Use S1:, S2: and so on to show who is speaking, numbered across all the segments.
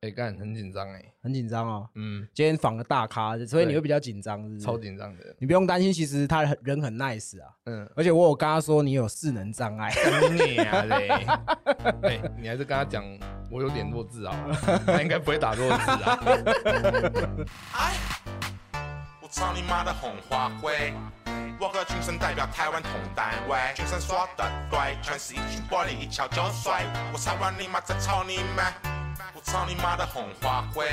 S1: 哎、干很紧张哎，
S2: 很紧张哦。
S1: 嗯，
S2: 今天访了大咖，所以你
S1: 对
S2: 会比较紧张，是不是
S1: 超。紧张的，
S2: 你不用担心，其实他很人很 nice 啊，
S1: 嗯，
S2: 而且我有跟他说你有智能 障碍，
S1: 干你啊嘞， 哎、你还是跟他讲我有点弱智啊，他应该不会打弱智啊。
S3: 哎，我操你妈的红花会！沃克军生代表台湾同单位，军生说的对，全是一群玻璃一敲就碎。我操完你妈再操你妈！我操你妈的红花会！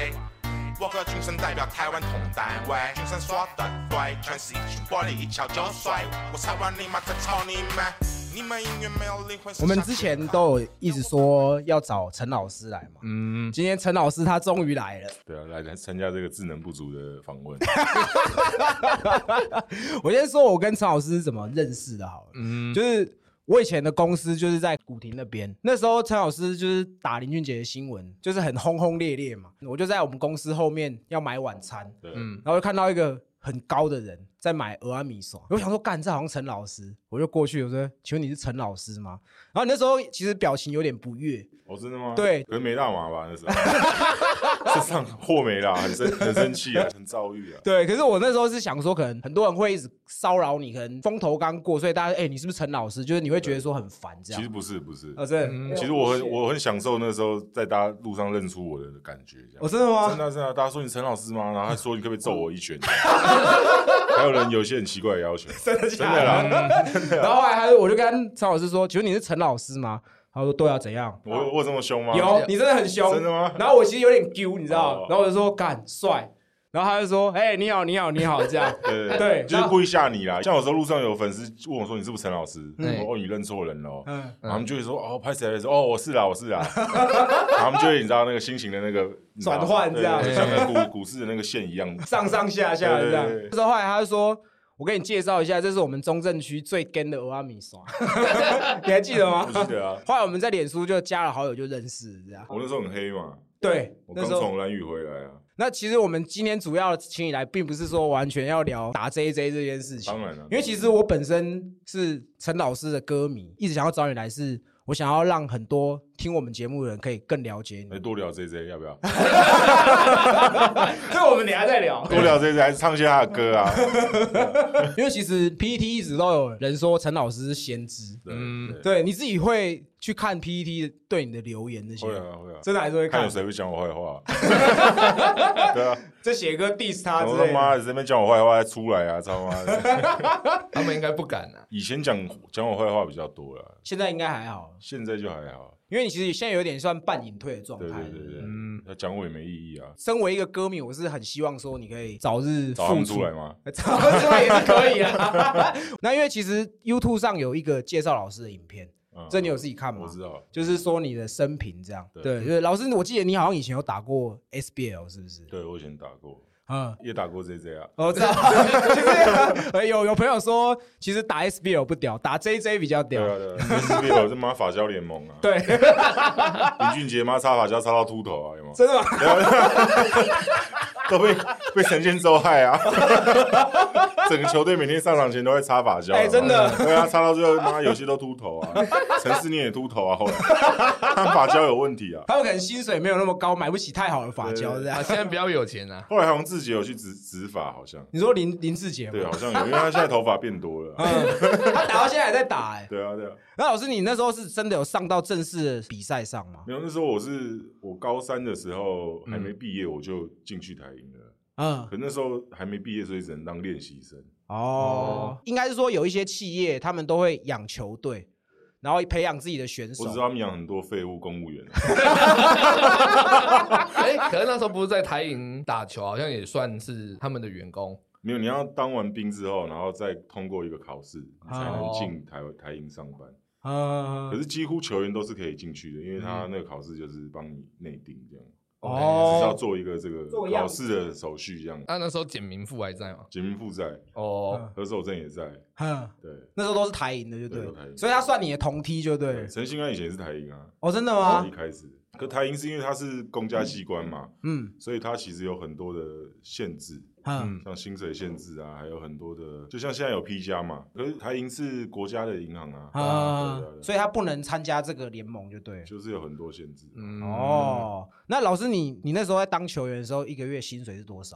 S3: 沃克军生代表台湾同单位，军生说的对，全是一群玻璃一敲就碎。我操完你妈再操你妈！你们音乐没有灵魂。
S2: 我们之前都有一直说要找陈老师来嘛，
S1: 嗯，
S2: 今天陈老师他终于来了，
S4: 对啊，来来参加这个智能不足的 访问。
S2: 我先说我跟陈老师是怎么认识的好了，
S1: 嗯
S2: 就是我以前的公司就是在古亭那边，那时候陈老师就是打林俊杰的新闻，就是很轰轰烈烈嘛，我就在我们公司后面要买晚餐，
S4: 对，
S1: 嗯，
S2: 然后就看到一个很高的人在买俄阿米索，我想说干，这好像陈老师，我就过去我说，请问你是陈老师吗？然后你那时候其实表情有点不悦，
S4: 哦，真的吗？
S2: 对
S4: 可是没大麻吧那时候， 身上货没啦，很生很生气啊，很躁郁啊。
S2: 对，可是我那时候是想说，可能很多人会一直骚扰你，可能风头刚过，所以大家哎、你是不是陈老师？就是你会觉得说很烦这
S4: 其实
S2: 样。
S4: 不是，不是，
S2: 啊，真的，没有
S4: 其实我
S2: 谢
S4: 很
S2: 谢
S4: 我很享受那时候在大家路上认出我的感觉，这样
S2: 哦，。真的
S4: 真
S2: 吗？
S4: 的真的，大家说你陈老师吗？然后他说你可不可以揍我一 拳？还有人有一些很奇怪的要求，真的真的啦。
S2: 然后后来还我就跟陈老师说，请问你是陈老师吗？他说对啊，怎样？
S4: 我我有这么凶吗？
S2: 有，你真的很凶，
S4: 真的吗
S2: 然后我其实有点丢，你知道吗
S4: 哦？
S2: 然后我就说干帅，然后他就说哎、你好，你好，你好，这样。
S4: 对
S2: 对
S4: 就是故意吓你啦。像有时候路上有粉丝问我说：“你是不是陈老师？”我
S1: 嗯
S4: 说：“哦，你认错人了哦。”
S2: 嗯
S4: 然后他们就会说：“哦，拍谁来说？哦，我是啦，我是啦。” 然后他们就会你知道那个心情的那个你知道
S2: 转换
S4: 对
S2: 这样
S4: 对像那 股股市的那个线一样。
S2: 上上下下
S4: 对
S2: 这
S4: 对
S2: 样
S4: 对对。
S2: 之后后来他就说：“我给你介绍一下，这是我们中正区最干的俄阿米刷， 你还记得吗
S4: 不？”记得啊，
S2: 后来我们在脸书就加了好友，就认识了这样。
S4: 我那时候很黑嘛，
S2: 对，
S4: 我
S2: 那
S4: 刚
S2: 时候
S4: 从蓝屿回来啊。
S2: 那其实我们今天主要请你来，并不是说完全要聊打 J J 这件事情，
S4: 当然了，啊
S2: 因为其实我本身是陈老师的歌迷，一直想要找你来是，我想要让很多听我们节目的人可以更了解
S4: 哎
S2: 你。
S4: 多聊 J J 要不要？
S2: 这我们等下再聊。
S4: 多聊 J J 还是唱一下他的歌啊？
S2: 因为其实 PPT 一直都有人说陈老师是先知，
S4: 对
S1: 嗯
S4: 对
S2: 对，你自己会去看 PPT 对你的留言那些，
S4: 会啊会啊，
S2: 真的还是会
S4: 看有
S2: 看。
S4: 谁会讲我 坏话。对啊，
S2: 这写歌 diss 他之
S4: 我
S2: 类
S4: 他妈
S2: 的，
S4: 的谁没讲我坏话还出来啊？操妈的！
S1: 他们应该不敢啊。
S4: 以前讲讲我坏话比较多了，
S2: 现在应该还好，
S4: 现在就还好。
S2: 因为你其实现在有点算半隐退的状态。
S4: 对对对对，
S1: 嗯，
S4: 要讲我也没意义啊。
S2: 身为一个歌迷，我是很希望说你可以早日
S4: 找他
S2: 复
S4: 们
S2: 出
S4: 出来，吗？
S2: 早日出来也是可以啊。 那因为其实 YouTube 上有一个介绍老师的影片，
S4: 嗯
S2: 这你有自己看吗
S4: 我？知道，
S2: 就是说你的生平这样，
S4: 对
S2: 对，就是老师，我记得你好像以前有打过 SBL，是不是？
S4: 对我以前打过，
S2: 嗯，哦
S4: 也打过 JJ 啊。
S2: 我知道， 就是 呃有有朋友说，其实打 SBL 不屌，打 JJ 比较
S4: 对
S2: 屌。
S4: 啊对啊，JJ 这妈法交联盟 啊，
S2: 对，
S4: 林俊杰妈插法交插到秃头啊，有没有？
S2: 真的吗？
S4: 都被被陈建州害啊！ 整个球队每天上场前都在插法交，
S2: 哎
S4: 有没有
S2: 真的
S4: 对啊，插到最后妈有些都秃头 啊，陈思念也秃头啊，后来 他法交有问题啊。
S2: 他们可能薪水没有那么高，买不起太好的发胶这
S1: 啊，
S2: 样。
S1: 现在比较有钱啊，
S4: 后来好像自己有去植植发，好像
S2: 你说林林志杰
S4: 对，
S2: 吗？
S4: 啊
S2: 嗯
S4: 好像有，因为他现在头发变多 了啊。
S2: 他打到现在还在打哎。
S4: 对啊对啊，
S2: 那老师，你那时候是真的有上到正式的比赛上吗？
S4: 没有，那时候我是我高三的时候还没毕业，我就进去台营了。
S2: 嗯，
S4: 可那时候还没毕业，所以只能当练习生。
S2: 哦，应该是说有一些企业他们都会养球队，然后培养自己的选手
S4: 我只。知道他们养很多废物公务员，啊
S1: 哎、可是那时候不是在台营打球，好像也算是他们的员工。
S4: 没有，你要当完兵之后，然后再通过一个考试，你才能
S1: 哦
S4: 进台台营上班。可
S2: 嗯，
S4: 是几乎球员都是可以进去的，因为他那个考试就是帮你内定这样，只是要
S2: 哦，
S4: 做一个这个
S2: 做个样
S4: 考
S2: 子嗯
S4: 试的手续这样。
S1: 啊那、那时候简明富还在吗？
S4: 简明富在，
S1: 哦，
S4: 何守正也在，
S2: 嗯，
S4: 对。
S2: 那时候都是台营的，就对
S4: 对
S2: 了
S4: 都台，营
S2: 所以他算你的同梯就对了。
S4: 陈兴安以前也是台营啊，
S2: 哦，真的
S4: 然后
S2: 吗
S4: 一？开始可台银是因为它是公家机关嘛，
S2: 嗯
S4: 所以它其实有很多的限制，
S2: 嗯
S1: 嗯
S4: 像薪水限制啊，还有很多的，就像现在有 P 加嘛，可是台银是国家的银行啊，对啊
S2: 啊
S4: 对啊，对啊
S2: 所以他不能参加这个联盟就对了。
S4: 就是有很多限制。
S1: 嗯，
S2: 哦，那老师你你那时候在当球员的时候，一个月薪水是多少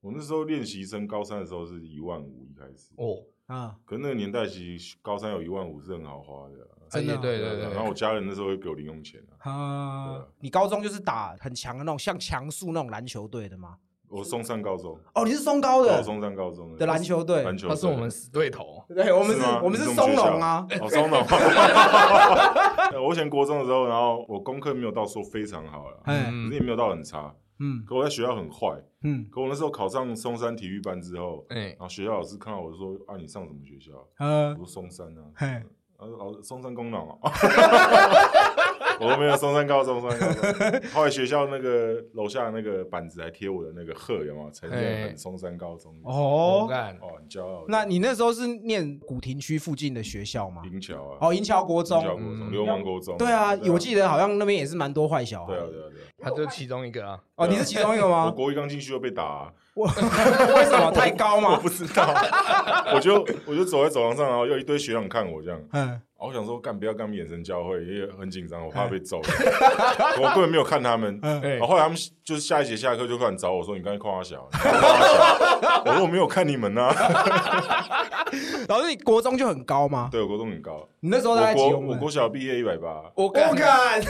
S4: 我那时候练习生高三的时候是一万五一开始，
S1: 哦，
S2: 啊？啊，
S4: 可是那个年代其实高三有一万五是很好花的啊、
S2: 真的
S1: 哎对对
S4: 啊
S1: 对，
S4: 然后我家人那时候会给我零用钱啊，
S2: 啊，你高中就是打很强的那种，像强速那种篮球队的吗？
S4: 我松山高中，
S2: 哦，你是松高
S4: 高
S2: 的
S4: 中上高中
S2: 的篮球队，
S4: 篮球队，
S1: 他是我们死对头，
S2: 对，我们是
S4: 是吗
S2: 我们是
S4: 你
S2: 松
S4: 学校
S2: 龙啊，
S4: 哦，松 龙。呃我以前国中的时候，然后我功课没有到说非常好了，
S2: 哎，
S4: 可是也没有到很差。
S2: 嗯
S4: 可我在学校很坏，
S2: 嗯
S4: 可我那时候考上松山体育班之后，
S1: 哎
S4: 然，后学校老师看到我就说：“啊，你上什么学校？”我
S2: 呃，
S4: 说：“松山啊。”
S2: 嘿，
S4: 他说：“哦，松山工农啊。” 我说：“没有，松山高中，松山高中。”后来学校那个楼下那个板子还贴我的那个鹤，有没有？陈建
S1: 哎
S4: 很松山高中。哦，
S1: 我
S2: 哦，
S1: 干，
S4: 很骄傲。
S2: 那你那时候是念古亭区附近的学校吗？
S4: 林桥啊，
S2: 哦，银桥国
S4: 林桥
S2: 中，
S4: 国中，
S1: 嗯
S4: 流氓国中。
S2: 对啊，我记得好像那边也是蛮多坏小孩
S4: 对啊，
S2: 的。
S4: 对啊，对啊。
S1: 他就是其中一个啊，
S2: 哦，你是其中一个
S4: 我
S2: 吗？
S4: 国一刚进去就被打、啊，
S2: 我为什么太高
S4: 我
S2: 吗
S4: 不？知道， 我就我就走在走廊上，然后又一堆学长看我这样，然
S2: 嗯，
S4: 后我想说干不要干眼神交汇，也很紧张，我怕 被揍，我根本没有看他们。
S2: 嗯
S1: 哎
S2: 哦
S4: 然后后来他们就是下一节下课就过来找我说：“你刚才夸我小。啊你干嘛夸 我小”我说：“我没有看你们啊。
S2: 老师，你国中就很高”吗？
S4: 对，我国中很高，
S2: 你那时候大
S4: 我
S2: 概几
S4: 国
S2: 公
S4: 我
S2: 分
S4: 国？小毕业一百八，
S1: 我
S2: 我
S1: 干，
S2: 敢，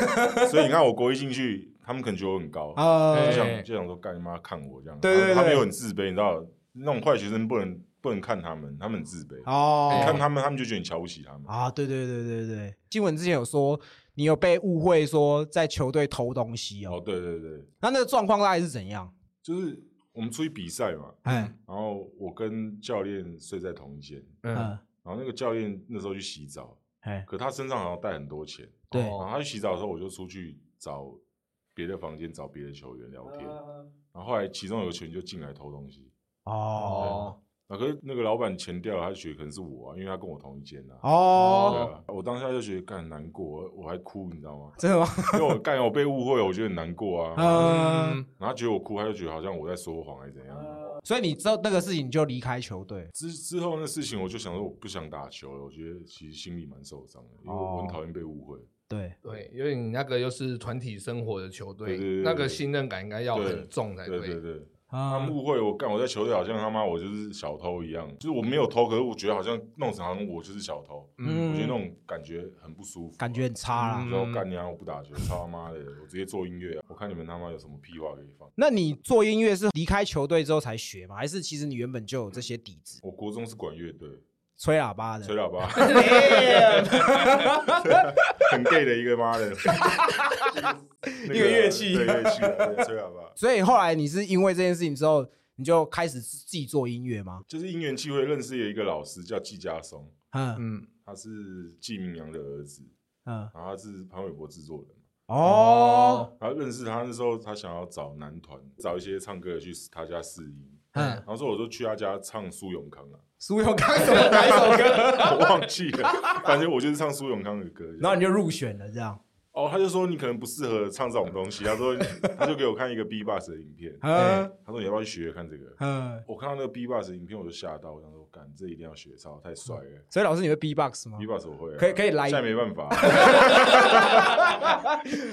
S4: 所以你看我国一进去，他们可能觉得我很高，就
S2: 呃
S1: 哎，
S4: 想就想说干你妈看我这样。
S2: 对对对
S4: 他们又很自卑，你知道，那种坏学生不能不能看他们，他们很自卑。你看
S2: 哦，
S4: 他们，他们就觉得你瞧不起他们。
S2: 啊，对对对对对，新闻之前有说你有被误会说在球队偷东西
S4: 哦，
S2: 哦，
S4: 对对对，
S2: 那那个状况大概是怎样？
S4: 就是我们出去比赛嘛，
S2: 哎，
S4: 然后我跟教练睡在同一间，
S1: 嗯，
S2: 嗯，
S4: 然后那个教练那时候去洗澡，
S2: 哎，
S4: 可他身上好像带很多钱，
S2: 对，
S4: 然后
S1: 哦
S4: 他去洗澡的时候，我就出去找别的房间找别的球员聊天，
S2: 啊
S4: 然后后来其中有个球员就进来偷东西，
S2: 哦，
S4: 啊，可是那个老板钱掉了，他就觉得可能是我啊，因为他跟我同一间啊。对
S2: 哦，？
S4: 啊，我当下就觉得干难过，我我还哭，你知道吗
S2: 真的吗？
S4: 因为我干我被误会，我觉得很难 过啊。
S2: 嗯，
S4: 然后他觉得我哭，他就觉得好像我在说谎还是怎样。
S2: 所以你知道那个事情你就离开球队，
S4: 之之后那事情，我就想说我不想打球了。我觉得其实心里蛮受伤的，因为
S2: 哦
S4: 我很讨厌被误会。
S2: 对，
S1: 对，因为你那个又是团体生活的球队
S4: 对对，对
S1: 那
S4: 对
S1: 个信任感应该要很重才
S4: 对对
S1: 对，
S4: 对，他
S2: 啊
S4: 们误会我干，我在球队好像他妈我就是小偷一样，就是我没有偷，可是我觉得好像弄成好像我就是小偷，
S2: 嗯
S4: 我觉得那种感觉很不舒服啊、
S2: 感觉很差啦。
S1: 嗯
S4: 然后干娘我不打球，操他妈的，我直接做音乐啊、我看你们他妈有什么屁话可以放。
S2: 那你做音乐是离开球队之后才学吗？还是其实你原本就有这些底子，
S4: 我国中是管乐队，
S2: 吹喇叭的？
S4: 吹喇叭，
S2: Damn！
S4: 很 gay 的一个妈的，那
S2: 一个乐器
S4: 对乐器啊，对吹喇叭。
S2: 所以后来你是因为这件事情之后，你就开始自己做音乐吗？
S4: 就是因缘际会认识有一个老师叫季家松，
S2: 嗯
S1: 嗯，
S4: 他是季明阳的儿子，
S2: 嗯，
S4: 然后他是潘玮柏制作人。
S2: 哦，
S4: 然后认识他那时候，他想要找男团，找一些唱歌的去他家试音。
S2: 嗯，
S4: 然后说我就去他家唱苏永康啊，
S2: 苏永康什么哪一首歌？
S4: 我忘记了，反正我就是唱苏永康的歌。
S2: 然后你就入选了，这样。
S4: 哦，他就说你可能不适合唱这种东西，他说他就给我看一个 B box 的影片，
S2: 嗯
S4: 他说你要不要去学学看这个？
S2: 嗯，
S4: 我看到那个 B box 的影片我就吓到，我想说干这一定要学，操太帅了。
S2: 所以老师你会 B-box 吗
S4: B？box 我会、啊，
S2: 可以可以来一
S4: 现在没 办法、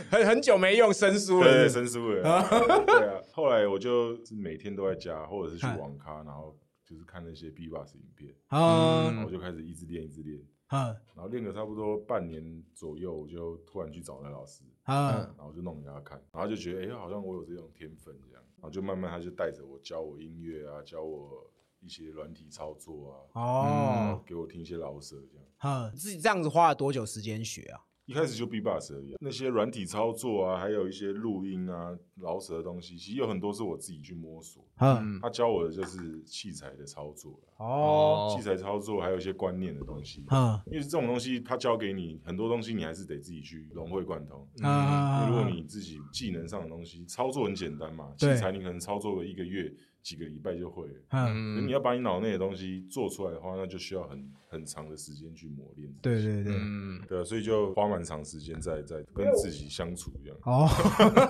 S2: 很很久没用生疏
S4: 对
S2: 了
S4: 对，
S2: 是不是。
S4: 生疏了啊。对啊，后来我就是每天都在家，或者是去网咖，然后就是看那些 B box 影片，然
S2: 嗯
S4: 后我就开始一直练，一直练，
S2: 嗯
S4: 然后练了差不多半年左右，我就突然去找那老师，
S2: 嗯，
S4: 然后就弄给他看，然后就觉得哎、诶好像我有这种天分这样，然后就慢慢他就带着我教我音乐啊，教我一些软体操作啊，然后
S2: 哦，
S4: 给我听一些老舍这样。
S2: 嗯，自己这样子花了多久时间学啊？
S4: 一开始就 B box 而已、啊，那些软体操作啊，还有一些录音啊、老舍的东西，其实有很多是我自己去摸索。
S2: 嗯，
S4: 他教我的就是器材的操作啦
S2: 哦，
S4: 器材操作还有一些观念的东西。
S2: 嗯
S4: 因为这种东西他教给你很多东西，你还是得自己去融会贯通。
S2: 啊
S4: 嗯因为如果你自己技能上的东西，操作很简单嘛，器
S2: 对
S4: 材你可能操作个一个月，几个礼拜就会了。
S2: 嗯，
S4: 可是
S1: 嗯
S4: 你要把你脑内的东西做出来的话，那就需要很很长的时间去磨练。
S2: 对对对，
S1: 嗯，
S4: 对啊，所以就花蛮长时间在在跟自己相处这样。
S2: 哦，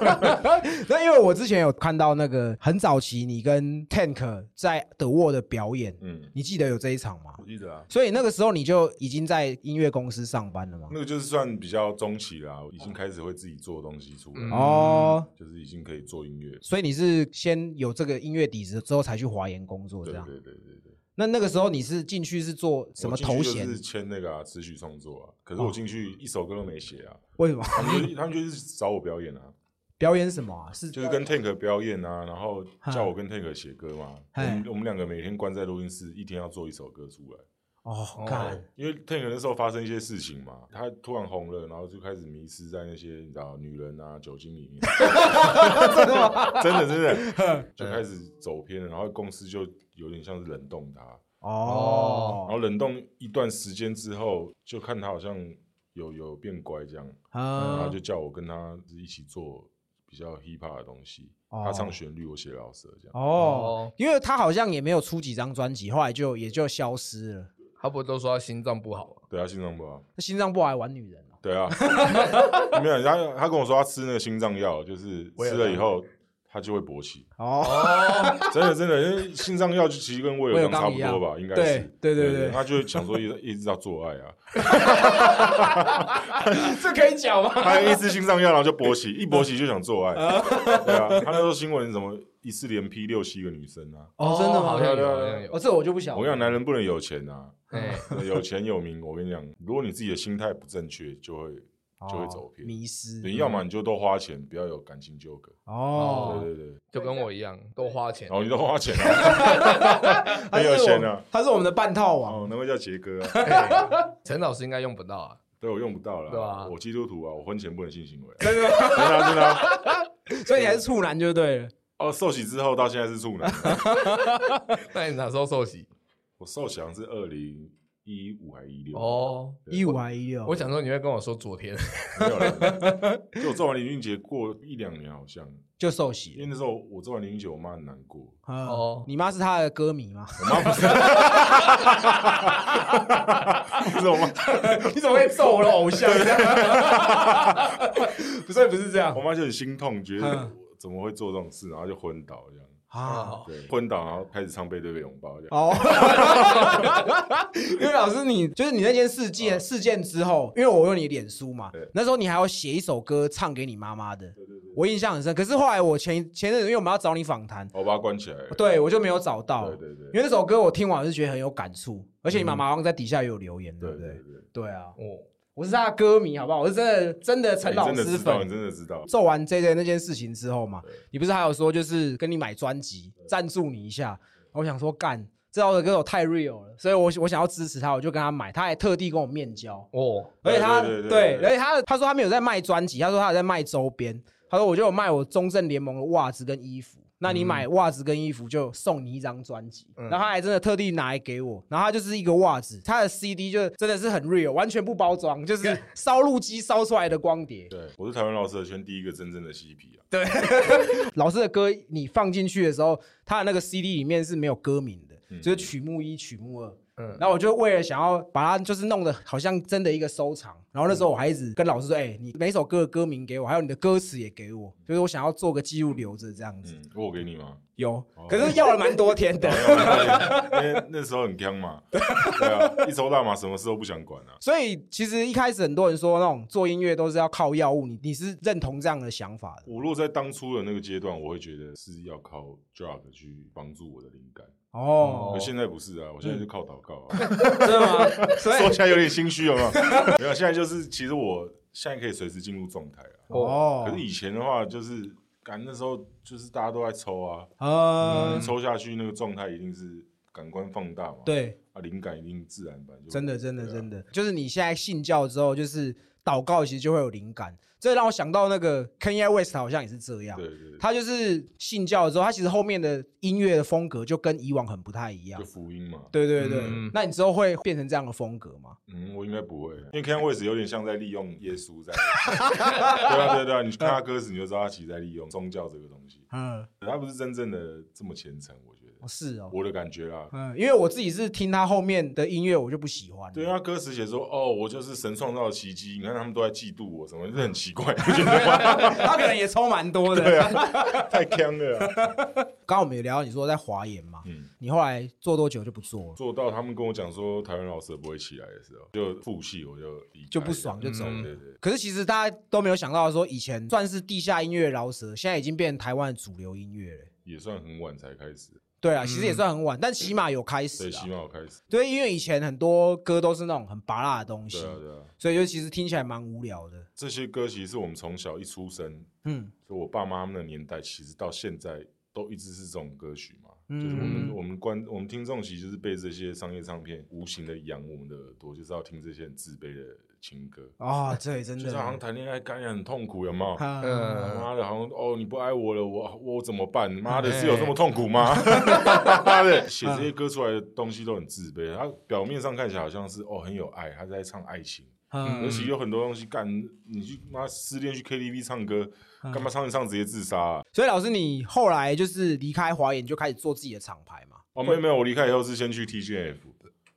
S2: 那因为我之前有看到那个很早期你跟 Tank 在德沃的表演，
S4: 嗯，
S2: 你记得有这一场吗？
S4: 我记得啊，
S2: 所以那个时候你就已经在音乐公司上班了吗？
S4: 那个就是算比较中期啦，已经开始会自己做东西出来，
S1: 嗯
S2: 哦，
S4: 就是已经可以做音乐。
S2: 所以你是先有这个音乐底子之后才去华研工作这
S4: 对
S2: 样？
S4: 对对对对，
S2: 那那个时候你是进去是做什么
S4: 我进去
S2: 头衔哦
S4: 就？是签那个啊，词曲创作啊。可是我进去一首歌都没写 啊，
S2: 为什么
S4: 他们就他们就是找我表演啊，
S2: 表演什么啊？是
S4: 就是跟 Tank 表演啊，然后叫我跟 Tank 写歌嘛。我
S2: 嗨
S4: 们我们两个每天关在录音室，一天要做一首歌出来。
S2: 哦，
S4: 对
S2: 干
S4: 因为 Tank 那时候发生一些事情嘛，他突然红了，然后就开始迷失在那些你知道女人啊、酒精里面， 真的真 的就开始走偏了，然后公司就有点像是冷冻他，然
S2: 哦，
S4: 后冷冻一段时间之后，就看他好像有有变乖这样，然后
S2: 啊
S4: 就叫我跟他一起做比较 hip hop 的东西，
S2: 哦
S4: 他唱旋律，我写饶舌这样。
S2: 哦，因为他好像也没有出几张专辑，后来就也就消失了。
S1: 他不都说他心脏不好吗？
S4: 对啊，心脏不好。
S2: 那心脏不好还玩女人哦，
S4: 对啊，没有他，他跟我说他吃那个心脏药，就是
S1: 我也
S4: 吃了以后他就会勃起，
S2: 哦，
S1: 哦，
S4: 真的真的，因为心脏药就其实跟胃
S2: 胃
S4: 有
S2: 有
S4: 刚差
S2: 刚
S4: 不
S2: 一样
S4: 多吧，应该
S2: 对
S4: 是。
S2: 对对对
S4: 他就会想说一直 一直要做爱啊，
S1: 这可以讲吗？
S4: 他一吃心脏药然后就勃 起，一勃起就想做爱，对啊，他那时候新闻怎么一次连劈六七个女生啊？
S2: 哦，真的吗
S1: 好？像
S4: 对
S1: 有，
S4: 啊
S1: 好
S4: 对啊
S1: 像有
S2: 哦，。这我就不晓
S4: 我跟
S2: 得。
S4: 你讲，男人不能有钱啊，
S1: 哎，
S4: 对有钱有名，我跟你讲，如果你自己的心态不正确，就会就会
S2: 哦
S4: 走偏。
S2: 迷失。
S4: 你要么你就多花钱，不要有感情纠葛。
S2: 哦，
S4: 对对对，
S1: 就跟我一样，都花钱
S4: 然。后你都花钱啊，
S2: 他
S4: 很
S2: 是
S4: 有钱
S2: 我
S4: 啊
S2: 们。他是我们的半套王。
S4: 哦，难怪叫杰哥啊、
S1: 嘿陈老师应该用不到啊。
S4: 对我用不到了，
S1: 对啊
S4: 我基督徒啊，我婚前不能性行为，真的， 真的啊，真的啊。
S2: 所以你还是处男就对了。
S4: 哦，受洗之后到现在是处男，
S1: 那你哪时候受洗？
S4: 我受洗好像是二零一五还一六，
S1: 哦，
S2: 一五还一六，
S1: 我想说你会跟我说昨天。
S4: 没有了。就我做完林俊杰过一两年，好像
S2: 就受洗
S4: 因为那时候我做完林俊杰，我妈很难过，
S2: 哦
S1: 哦，
S2: 你妈是他的歌迷吗？
S4: 我妈不是，不是我妈，
S2: 你怎么会揍我的偶 像？不是不是这样
S4: 我妈就很心痛，觉得
S2: 嗯
S4: 我怎么会做这种事，然后就昏倒这样，
S2: 啊
S1: 哦
S4: 对，昏倒然后开始唱《背对背拥抱》这样。
S2: 哦， 因为老师你就是你那件事件事件之后，因为我用你脸书嘛
S4: 嗯对，
S2: 那时候你还要写一首歌唱给你妈妈的，
S4: 对对对，
S2: 我印象很深。可是后来我前前阵子因为我们要找你访谈，
S4: 我把它关起来了。
S2: 对我就没有找到
S4: 对，对对
S2: 因，为那首歌我听完我是觉得很有感触，而且你妈妈好像在底下也有留言，对
S4: 对
S2: 不
S4: 对
S2: 对？
S4: 对，
S2: 对啊，
S1: 哦，
S2: 我是他的歌迷，好不好？我是真的真的陈
S4: 哎你
S2: 老
S4: 真的
S2: 师
S4: 知道，
S2: 粉
S4: 你。真的知道。
S2: 做完 J J 那件事情之后嘛
S4: 对，
S2: 你不是还有说就是跟你买专辑赞助你一下？我想说干，这首歌手太 real 了，所以我我想要支持他，我就跟他买，他还特地跟我面交，
S1: 哦，
S2: 而且他
S4: 对对对对对
S2: 而且他他说他没有在卖专辑，他说他有在卖周边，他说我就有卖我中正联盟的袜子跟衣服。那你
S4: 嗯
S2: 买袜子跟衣服就送你一张专辑，
S1: 嗯
S2: 然后他还真的特地拿来给我，然后他就是一个袜子，他的 CD 就真的是很 real，完全不包装，就是烧录机烧出来的光碟。
S4: 对，我是台湾老师圈第一个真正的嬉皮啊。
S2: 老师的歌你放进去的时候，他的那个 CD 里面是没有歌名的，
S4: 嗯
S2: 就是曲目一、曲目二。
S1: 嗯，
S2: 然后我就为了想要把它就是弄得好像真的一个收藏，然后那时候我还一直跟老师说：“哎、你每首歌的歌名给我，还有你的歌词也给
S4: 嗯
S2: 我，就是我想要做个记录留着这样子。
S4: 嗯，我有给你吗？
S2: 有，可是要了蛮多天的，
S4: 因为那时候很僵嘛，对啊，一抽大麻什么事都不想管啊。
S2: 所以其实一开始很多人说那种做音乐都是要靠药物，你你是认同这样的想法的
S4: 我如果在当初的那个阶段，我会觉得是要靠 drug 去帮助我的灵感，
S2: 哦，嗯
S4: 可现在不是啊，我现在就靠祷告啊。
S2: 真的 吗？所以
S4: 说起来有点心虚，有没有？ 没有，现在就是其实我现在可以随时进入状态啊。
S2: 哦，
S4: 可是以前的话，就是感那时候就是大家都在抽啊，
S2: 呃，
S4: 抽下去那个状态一定是感官放大嘛，
S2: 对，
S4: 啊，灵感一定自然版就
S2: 真的，真的，
S4: 对啊
S2: 真的，就是你现在信教之后，就是祷告，其实就会有灵感。这让我想到那个 Kanye West 好像也是这样，
S4: 对对，
S2: 他就是信教之后，他其实后面的音乐的风格就跟以往很不太一样
S4: 就。福音嘛。
S2: 啊对对对，
S1: 嗯
S2: 那你之后会变成这样的风格吗？
S4: 嗯，我应该不会，因为 Ken West 有点像在利用耶稣 在。对啊对啊对啊，你看他歌词你就知道他其实在利用宗教这个东西，
S2: 嗯，
S4: 他不是真正的这么虔诚，我觉得
S2: 哦是哦，
S4: 我的感觉啦。
S2: 嗯，因为我自己是听他后面的音乐，我就不喜欢了。
S4: 对啊，歌词写说哦，我就是神创造的奇迹，你看他们都在嫉妒我，什么，这很奇怪，不觉得吗？
S2: 他可能也抽蛮多的。
S4: 对啊，太坑了啊、
S2: 刚刚我们有聊到你说在华研嘛，
S4: 嗯
S2: 你后来做多久就不做了？
S4: 做到他们跟我讲说台湾老师不会起来的时候，就复戏我就离开嗯
S2: 就不爽就走
S1: 了
S4: 对对对，
S2: 可是其实大家都没有想到，说以前算是地下音乐饶舌，现在已经变成台湾的主流音乐了。
S4: 也算很晚才开始，
S2: 对啊，其实也算很晚，但起码有开
S4: 所
S2: 始
S4: 以
S2: 啊
S4: 嗯起。码我开始。
S2: 对，因为以前很多歌都是那种很拔辣的东西
S4: 对，啊对啊，
S2: 所以就其实听起来蛮无聊的。
S4: 这些歌其实是我们从小一出生，
S2: 嗯，
S4: 就我爸妈他们的年代，其实到现在都一直是这种歌曲嘛。
S2: 嗯
S4: 就是我们我们观我们听众其实就是被这些商业唱片无形的养我们的耳朵，就是要听这些很自卑的情歌。
S2: 啊、对，真
S4: 就
S2: 的
S4: 是。好像呃谈恋爱干也很痛苦，有没有？
S2: 啊
S1: 嗯
S4: 妈的，好像哦，你不爱我了，我我怎么办？
S2: 哎
S4: 妈的，是有这么痛 苦吗？妈的，写
S2: 嗯
S4: 这些歌出来的东西都很自卑。他表面上看起来好像是哦很有爱，他在唱爱情，
S2: 嗯
S4: 而且有很多东西干，你去妈失恋去 KTV 唱歌，
S2: 嗯
S4: 干嘛唱一唱直接自杀啊？
S2: 所以老师，你后来就是离开华研，就开始做自己的厂牌嘛？
S4: 哦，没有没有，我离开以后是先去 TGF，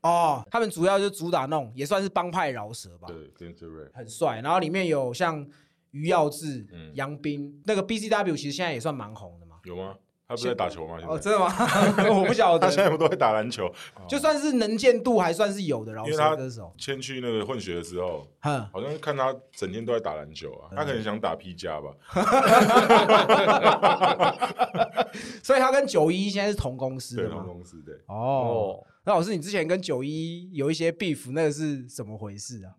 S2: 哦，他们主要就主打那种也算是帮派饶舌吧，
S4: 对 g a n t e r
S2: 很帅。然后里面有像于耀志、
S4: 嗯
S2: 杨斌，那个 BCW 其实现在也算蛮红的嘛。
S4: 有吗？他不是在打球吗？现
S2: 哦，
S4: 在
S2: 真的吗？ 我不晓
S4: 他现在
S2: 得，
S4: 不都在打篮球？
S2: 就算是能见度还算是有的饶
S4: 因为他
S2: 舌歌手。
S4: 先去那个混血的时候，
S2: 哼，
S4: 好像看他整天都在打篮球啊，他可
S2: 嗯
S4: 能想打 P 加吧，
S2: 所以他跟九一现在是啊同公司
S4: 对，
S2: 的
S4: 同
S2: 嘛？
S4: 公司对。
S2: 哦，那老师，你之前跟九一有一些 beef，那个是怎么回事啊？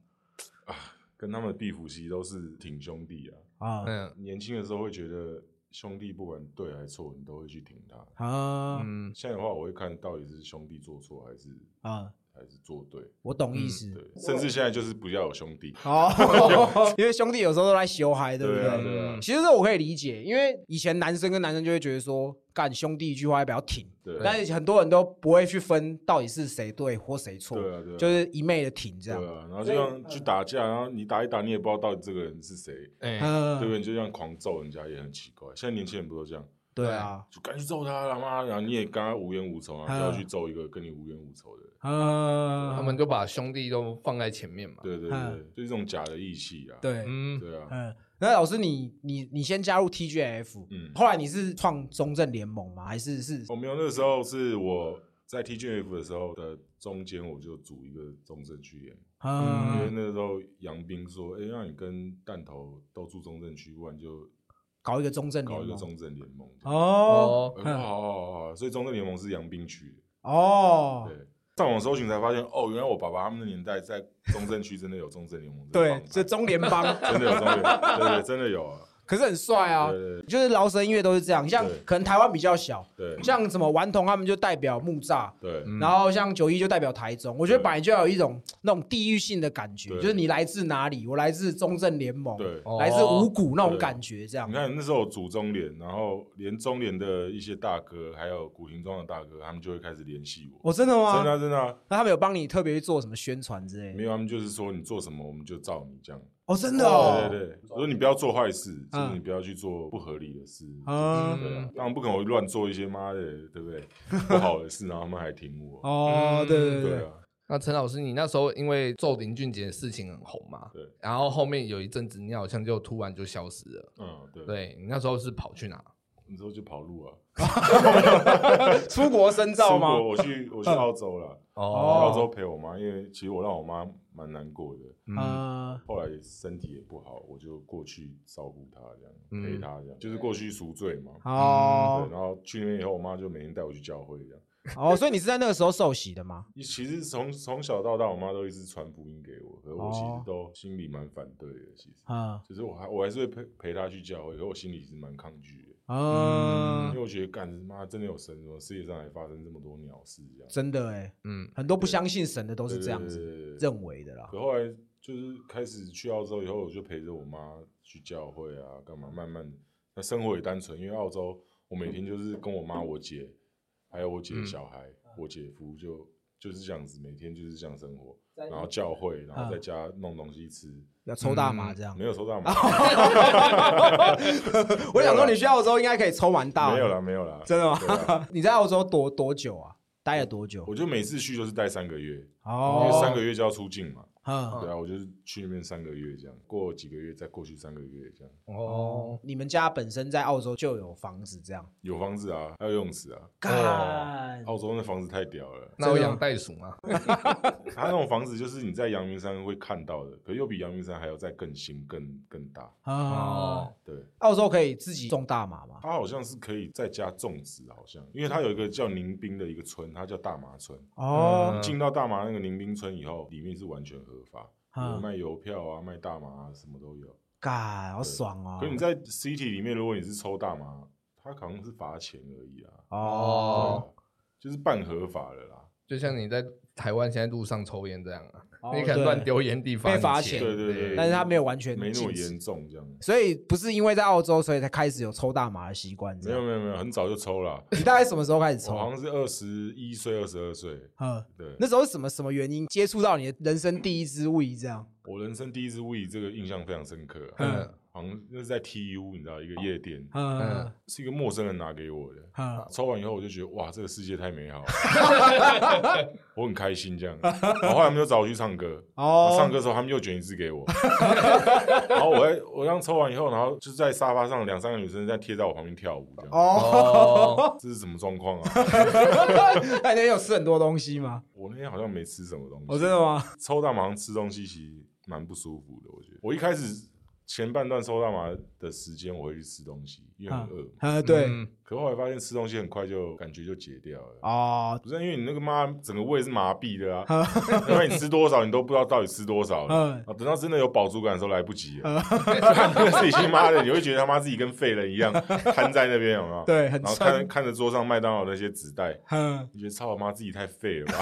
S4: 跟他们的地府其实都是挺兄弟啊。
S2: 啊
S1: 嗯
S4: 年轻的时候会觉得兄弟不管对还错，你都会去挺他。
S2: 啊
S1: 嗯
S4: 现在的话，我会看到底是兄弟做错还是
S2: 啊！
S4: 还是做对，
S2: 我懂意思。
S4: 嗯对，甚至现在就是不要有兄弟。
S2: 哦， 因为兄弟有时候都来修嗨，对不
S4: 对啊，
S2: 对？
S4: 对啊，
S2: 其实这我可以理解，因为以前男生跟男生就会觉得说，干兄弟一句话要不要挺，
S4: 对啊，
S2: 但是很多人都不会去分到底是谁对或谁错，
S4: 对啊，对啊，
S2: 就是一昧的挺这
S4: 对
S2: 样。
S4: 啊。然后就像
S2: 嗯
S4: 去打架，然后你打一打，你也不知道到底这个人是谁，
S1: 哎，
S2: 嗯，
S4: 对不对？你就这样狂揍人家也很奇怪。现在年轻人不都这样？
S2: 对啊，
S4: 就赶紧揍他啦妈！然后你也跟他无冤无仇，然啊后就要去揍一个跟你无冤无仇的人。
S2: 嗯，
S1: 他们就把兄弟都放在前面嘛。
S4: 对对对
S2: 嗯，
S4: 就是这种假的义气啊。
S2: 对，
S1: 嗯，
S4: 对啊，
S2: 嗯。那老师你，你你先加入 TGF，、
S4: 嗯哦
S2: 后来你是创中正联盟吗？还是是
S4: 我没有那时候是我在 TGF 的时候的中间，我就组一个中正区联盟，因为
S2: 嗯，
S4: 那时候杨斌说：“哎，那你跟弹头都住中正区，不然就
S2: 搞一个中正联
S4: 搞一个
S2: 盟？
S4: 中正联盟。”
S2: 哦
S4: 哦，
S1: 哦，
S4: 好好好好，所以中正联盟是杨斌区的。
S2: 哦，
S4: 对，上网搜寻才发现，哦，原来我爸爸他们的年代在中正区真的有中正联盟这个
S2: 对，
S4: 帮派，
S2: 这中联邦
S4: 真 的有中正，对对，真的有啊。
S2: 可是很帅啊
S4: 对，对
S2: 就是饶舌音乐都是这样，像
S4: 对
S2: 可能台湾比较小，
S4: 对
S2: 像什么顽童他们就代表木栅，
S4: 对
S1: 嗯
S2: 然后像九一就代表台中，我觉得
S4: 对
S2: 本来就要有一种那种地域性的感觉，
S4: 对
S2: 就是你来自哪里，我来自中正联盟，
S4: 对，
S1: 哦
S2: 来自五股那种感觉，这样
S4: 你，看那时候组中联，然后连中联的一些大哥，还有古亭庄的大哥，他们就会开始联系我。
S2: 哦，真的
S4: 真的
S2: 吗？
S4: 啊真的啊，
S2: 那他们有帮你特别去做什么宣传之类
S4: 没
S2: 的？
S4: 有他们就是说你做什么，我们就照你这样。
S2: 哦，真的哦，
S4: 对对对，我说你不要做坏事，
S2: 嗯
S4: 就是你不要去做不合理的事。
S2: 啊
S4: 对啊，当然不可能我乱做一些妈的，对 不对？不好的事，然后他们还挺我。
S2: 哦，对对
S4: 对
S2: 对，
S4: 啊，
S1: 那陈老师，你那时候因为揍林俊杰的事情很红嘛，
S4: 对，
S1: 然后后面有一阵子你好像就突然就消失了，
S4: 嗯，对，
S1: 对你那时候是跑去哪？
S4: 你之后就跑路啊？
S2: 出国深造
S4: 出
S2: 吗？
S4: 国，我去我去澳洲了，去
S2: 哦
S4: 澳洲陪我妈，因为其实我让我妈蛮难过的。
S1: 嗯
S2: 啊，
S4: 后来身体也不好，我就过去照顾她，这样、
S1: 嗯
S4: 陪她，这样就是过去赎罪嘛。
S2: 哦
S4: 对，然后去那边以后，我妈就每天带我去教会，这样。
S2: 哦，所以你是在那个时候受洗的吗？
S4: 其实从从小到大，我妈都一直传福音给我，可我其
S2: 哦
S4: 实都心里蛮反对的。其实，
S2: 啊
S4: 就是我还我还是会陪陪她去教会，可我心里是蛮抗拒的，
S2: 啊
S4: 因为，我觉得干妈真的有神，怎么世界上还发生这么多鸟事这样？
S2: 真的哎，
S1: 嗯
S2: 很多不相信神的都是这样
S4: 对
S2: 子
S4: 对对对对嗯
S2: 认为的啦。
S4: 可后来就是开始去澳洲以后，我就陪着我妈去教会啊，干嘛，慢慢的，那生活也单纯，因为澳洲我每天就是跟我妈、我姐，还有我姐
S2: 嗯
S4: 的小孩、我姐夫就就是这样子，每天就是这样生活，然后教会，然后
S2: 嗯
S4: 在家弄东西吃，
S2: 要抽大麻这样。
S4: 嗯没有抽 大麻，
S2: 哦我想说你去澳洲应该可以抽完大，
S4: 没有啦，，没有啦，
S2: 真的
S4: 对啊
S2: 吗？ 你在澳洲多多久啊？待了多久？
S4: 我就每次去就是待三个月，因为
S2: 哦，
S4: 三个月就要出境嘛，
S2: 嗯，
S4: 对啊，我就是去那边三个月这样，过几个月再过去三个月这样，
S2: 哦，你们家本身在澳洲就有房子
S1: 哦
S2: 这样？
S4: 有房子啊，还有游泳池啊，
S2: 干，
S4: 澳洲那房子太屌了，
S1: 那我养袋鼠吗？
S4: 它那种房子就是你在阳明山会看到的，可又比阳明山还要再更新、更更大。
S2: 哦，
S4: 对，
S2: 澳洲可以自己种大麻
S1: 嗯
S2: 吗？
S4: 它好像是可以在家种植，好像，因为它有一个叫宁滨的一个村，它叫大麻村。
S2: 哦，
S1: 嗯
S4: 进到大麻那个宁滨村以后，里面是完全合法，
S2: 嗯
S4: 有卖邮票啊、卖大麻啊，什么都有。
S2: 干，好爽哦
S4: 可！你在 City 里面，如果你是抽大麻，它好像是罚钱而已啊，
S2: 哦，
S4: 对啊就是半合法了啦。
S1: 就像你在台湾现在路上抽烟这样啊，
S2: 哦
S1: 你可能
S2: 对
S1: 乱丢烟蒂
S2: 被罚
S1: 钱，
S2: 钱
S4: 对对对
S2: 但是他没有完全
S4: 没那
S2: 禁
S4: 么
S2: 止
S4: 严重这样。
S2: 所以不是因为在澳洲，所以才开始有抽大麻的习惯。这
S4: 没
S2: 样
S4: 有没有没有，很早就抽了，
S2: 你大概什么时候开始
S4: 我好
S2: 抽？
S4: 像是二十一岁、二十二岁。
S2: 嗯，
S4: 对，
S2: 那时候是什么什么原因接触到你的人生第一支物这样？
S4: 我人生第一次 We 这个印象非常深刻、啊，
S2: 嗯
S4: 好像那是在 TU，你知道一个夜店，
S2: 嗯
S1: 嗯
S4: 是一个陌生人拿给我的。
S2: 嗯，
S4: 抽完以后我就觉得哇，这个世界太美好了， 我很开心这样。然后后来他们就找我去唱歌，
S2: 哦
S4: 唱歌的时候他们又卷一支给我， 然后我在我刚抽完以后，然后就在沙发上两三个女生在贴在我旁边跳舞这样，
S2: 哦，
S1: 哦，
S4: 这是什么状况啊？
S2: 那你那天有吃很多东西吗？
S4: 我那天好像没吃什么东西，
S2: 哦，真的吗？
S4: 抽大麻好像吃东西其实蛮不舒服的，我觉得。我一开始前半段抽大麻的时间，我会去吃东西，因为很饿嘛。
S2: 嗯，对，
S1: 嗯，
S4: 可后来发现吃东西很快就感觉就解掉了。
S2: 哦，
S4: 不是啊因为你那个妈整个胃是麻痹的啊， 因为你吃多少你都不知道到底吃多少了
S2: 嗯
S4: 啊，等到真的有饱足感的时候来不及了，看 那自己他妈的，你会觉得他妈自己跟废人一样瘫在那边，有没有？
S2: 对，很
S4: 然后
S2: 酸
S4: 看，看着桌上麦当劳那些纸袋，
S2: 嗯，
S4: 你觉得操我妈自己太废了吧？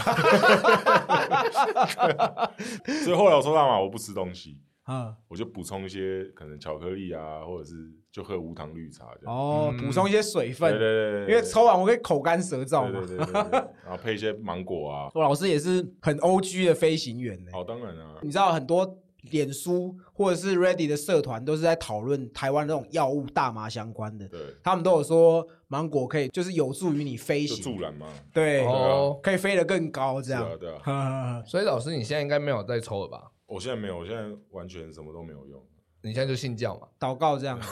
S4: 所以后来我说大麻我不吃东西，
S2: 嗯，
S4: 我就补充一些可能巧克力啊，或者是就喝无糖绿茶这样。
S2: 哦，补充一些水
S4: 对
S2: 分
S4: 嗯对，对，对
S2: 因为抽完我会口干舌燥
S4: 对
S2: 嘛
S4: 对。对对对，对然后配一些芒果啊。
S2: 我老师也是很 O G 的飞行员呢、
S4: 哦，当然啊，
S2: 你知道很多脸书或者是 Ready 的社团都是在讨论台湾那种药物大麻相关的，
S4: 对，
S2: 他们都有说芒果可以就是有助于你飞
S4: 就
S2: 行，
S4: 助燃嘛，
S2: 对，
S4: 啊
S1: 哦，
S2: 可以飞得更高这
S4: 对
S2: 样。
S4: 啊对啊。
S2: 呵呵呵
S1: 所以老师你现在应该没有在抽了吧？
S4: 我现在没有，我现在完全什么都没有用。
S1: 你现在就信教嘛？
S2: 祷告这 样，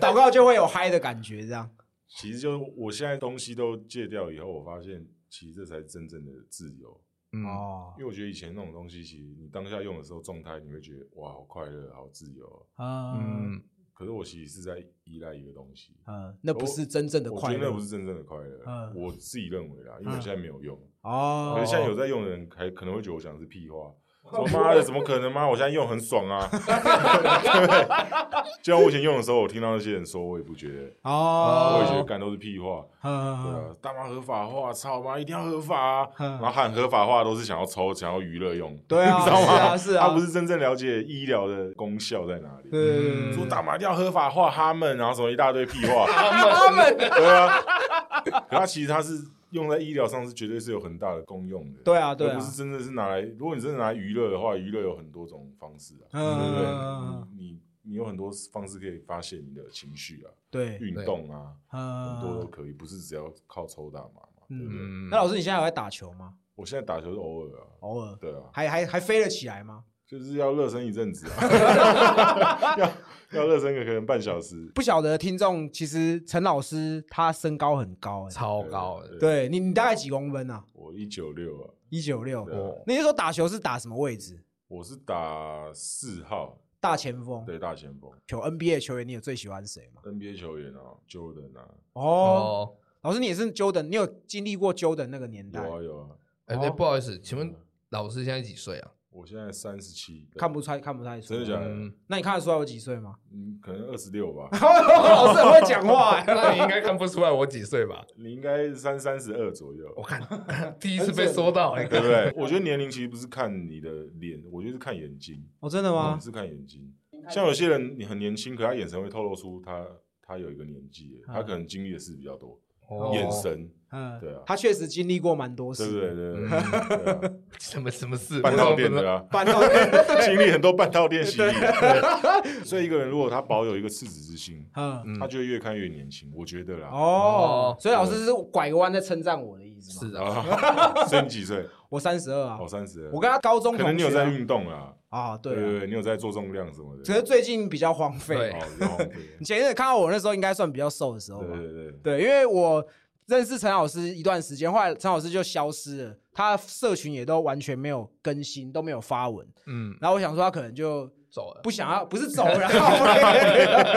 S2: 祷告就会有嗨的感觉这样。
S4: 其实就是我现在东西都戒掉以后，我发现其实这才是真正的自由。
S1: 嗯，
S2: 哦
S4: 因，为我觉得以前那种东西，其实你当下用的时候状态，你会觉得哇，好快乐，好自由哦。
S2: 嗯
S1: 嗯，
S4: 可是我其实是在依赖一个东西，
S2: 嗯，那不是真正的
S4: 我
S2: 快
S4: 觉得那
S2: 乐
S4: 不是真正的快乐。
S2: 嗯
S4: 我自己认为啦，因为我现在没有用，
S2: 哦
S4: 可。是现在有在用的人还可能会觉得我讲的是屁话。说妈的，怎么可能？妈，我现在用很爽啊！ 就像我以前用的时候，我听到那些人说，我也不觉得，我也觉得
S2: 哦，
S4: 干都是屁话。对
S2: 嗯
S4: 啊，大麻合法化，操妈，一定要合法啊！
S2: 嗯
S4: 然后喊合法化都是想要抽，想要娱乐用，
S2: 对啊
S4: 你知道吗？
S2: 是啊是啊
S4: 他不是真正了解医疗的功效在哪里。
S2: 对对对
S4: 说大麻一定要合法化，哈们，然后什么一大堆屁 话，
S2: 他们
S4: 对啊。可他其实它是用在医疗上是绝对是有很大的功用的，
S2: 对啊对
S4: 而
S2: 啊
S4: 不，是真的是拿来，如果你真的拿来娱乐的话，娱乐有很多种方式啊，对不
S2: 嗯
S4: 对？你你你有很多方式可以发泄你的情绪啊，
S2: 对，
S4: 运动啊，很多都
S2: 嗯
S4: 可以，不是只要靠抽大麻嘛，对不对？
S2: 嗯。
S1: 嗯
S2: 那老师，你现在有在打球吗？
S4: 我现在打球是偶尔啊，
S2: 偶尔
S4: 对啊，
S2: 还还还飞得起来吗？
S4: 就是要热身一阵子啊， 要要热身个可能半小时。
S2: 不晓得听众，其实陈老师他身高很高、欸，
S1: 超高的，
S2: 对你你大概几公分啊？
S4: 我一九六啊，
S2: 一九六
S4: 对。
S1: 哦
S4: 啊
S2: 那时候打球是打什么位置？
S4: 我是打四号，
S2: 大前锋。
S4: 对大前锋
S2: 球 NBA 球员，你有最喜欢谁吗？
S4: ，NBA 球员啊，Jordan 啊，
S2: 哦，
S1: 哦，
S2: 老师你也是 Jordan，你有经历过 Jordan 那个年代？
S4: 有啊有啊，
S1: 哎，哎
S2: 哦
S1: 不好意思，请问
S4: 嗯
S1: 老师现在几岁啊？
S4: 我现在三十七，
S2: 看不出来，看不太出
S4: 真
S2: 来。
S4: 的假的？
S1: 嗯
S2: 那你看得出来我几岁吗？，
S4: 嗯，可能二十六吧
S2: 老师很会讲话、欸。
S1: 那你应该看不出来我几岁吧？
S4: 你应该三三十二左右
S1: 我。看第一次被说到，那个
S4: 对不对？我觉得年龄其实不是看你的脸，我觉得是看眼睛。
S2: 哦，真的
S4: 嗯
S2: 吗？
S4: 是看眼睛。像有些人你很年轻，可他眼神会透露出他他有一个年纪了，
S2: 啊
S4: 他可能经历的事比较多，
S1: 哦
S4: 眼神，
S2: 嗯，
S4: 对啊
S2: 他确实经历过蛮多
S4: 对不
S2: 事。
S4: 对？对对对啊，
S1: 什么什么事？
S4: 半套店的啊，
S2: 搬到
S4: 经历很多半套店洗礼。对所以一个人如果他保有一个赤子之心，
S2: 嗯，
S4: 他就会越看越年轻，我觉得啦。
S2: 哦，所以老师是拐个弯在称赞我的意思吗？
S1: 是啊，
S4: 啊， 所以你几岁？
S2: 我三十二啊
S4: 哦，，三十。
S2: 我跟他高中
S4: 可能
S2: 同
S4: 你有
S2: 学
S4: 在
S2: 啊
S4: 运动啦，
S2: 啊，
S4: 对
S2: 对
S4: 对
S2: 啊。
S4: 对，你有在做重量什么的。
S2: 可是最近比较荒废
S1: 对。
S4: 哦，有哦对
S2: 你前一阵看到我那时候应该算比较瘦的时候吧？
S4: 对对对，
S2: 对，因为我认识陈老师一段时间，后来陈老师就消失了，他社群也都完全没有更新，都没有发文。
S1: 嗯，
S2: 然后我想说，他可能就
S1: 走了。
S2: 不想要，不是走了，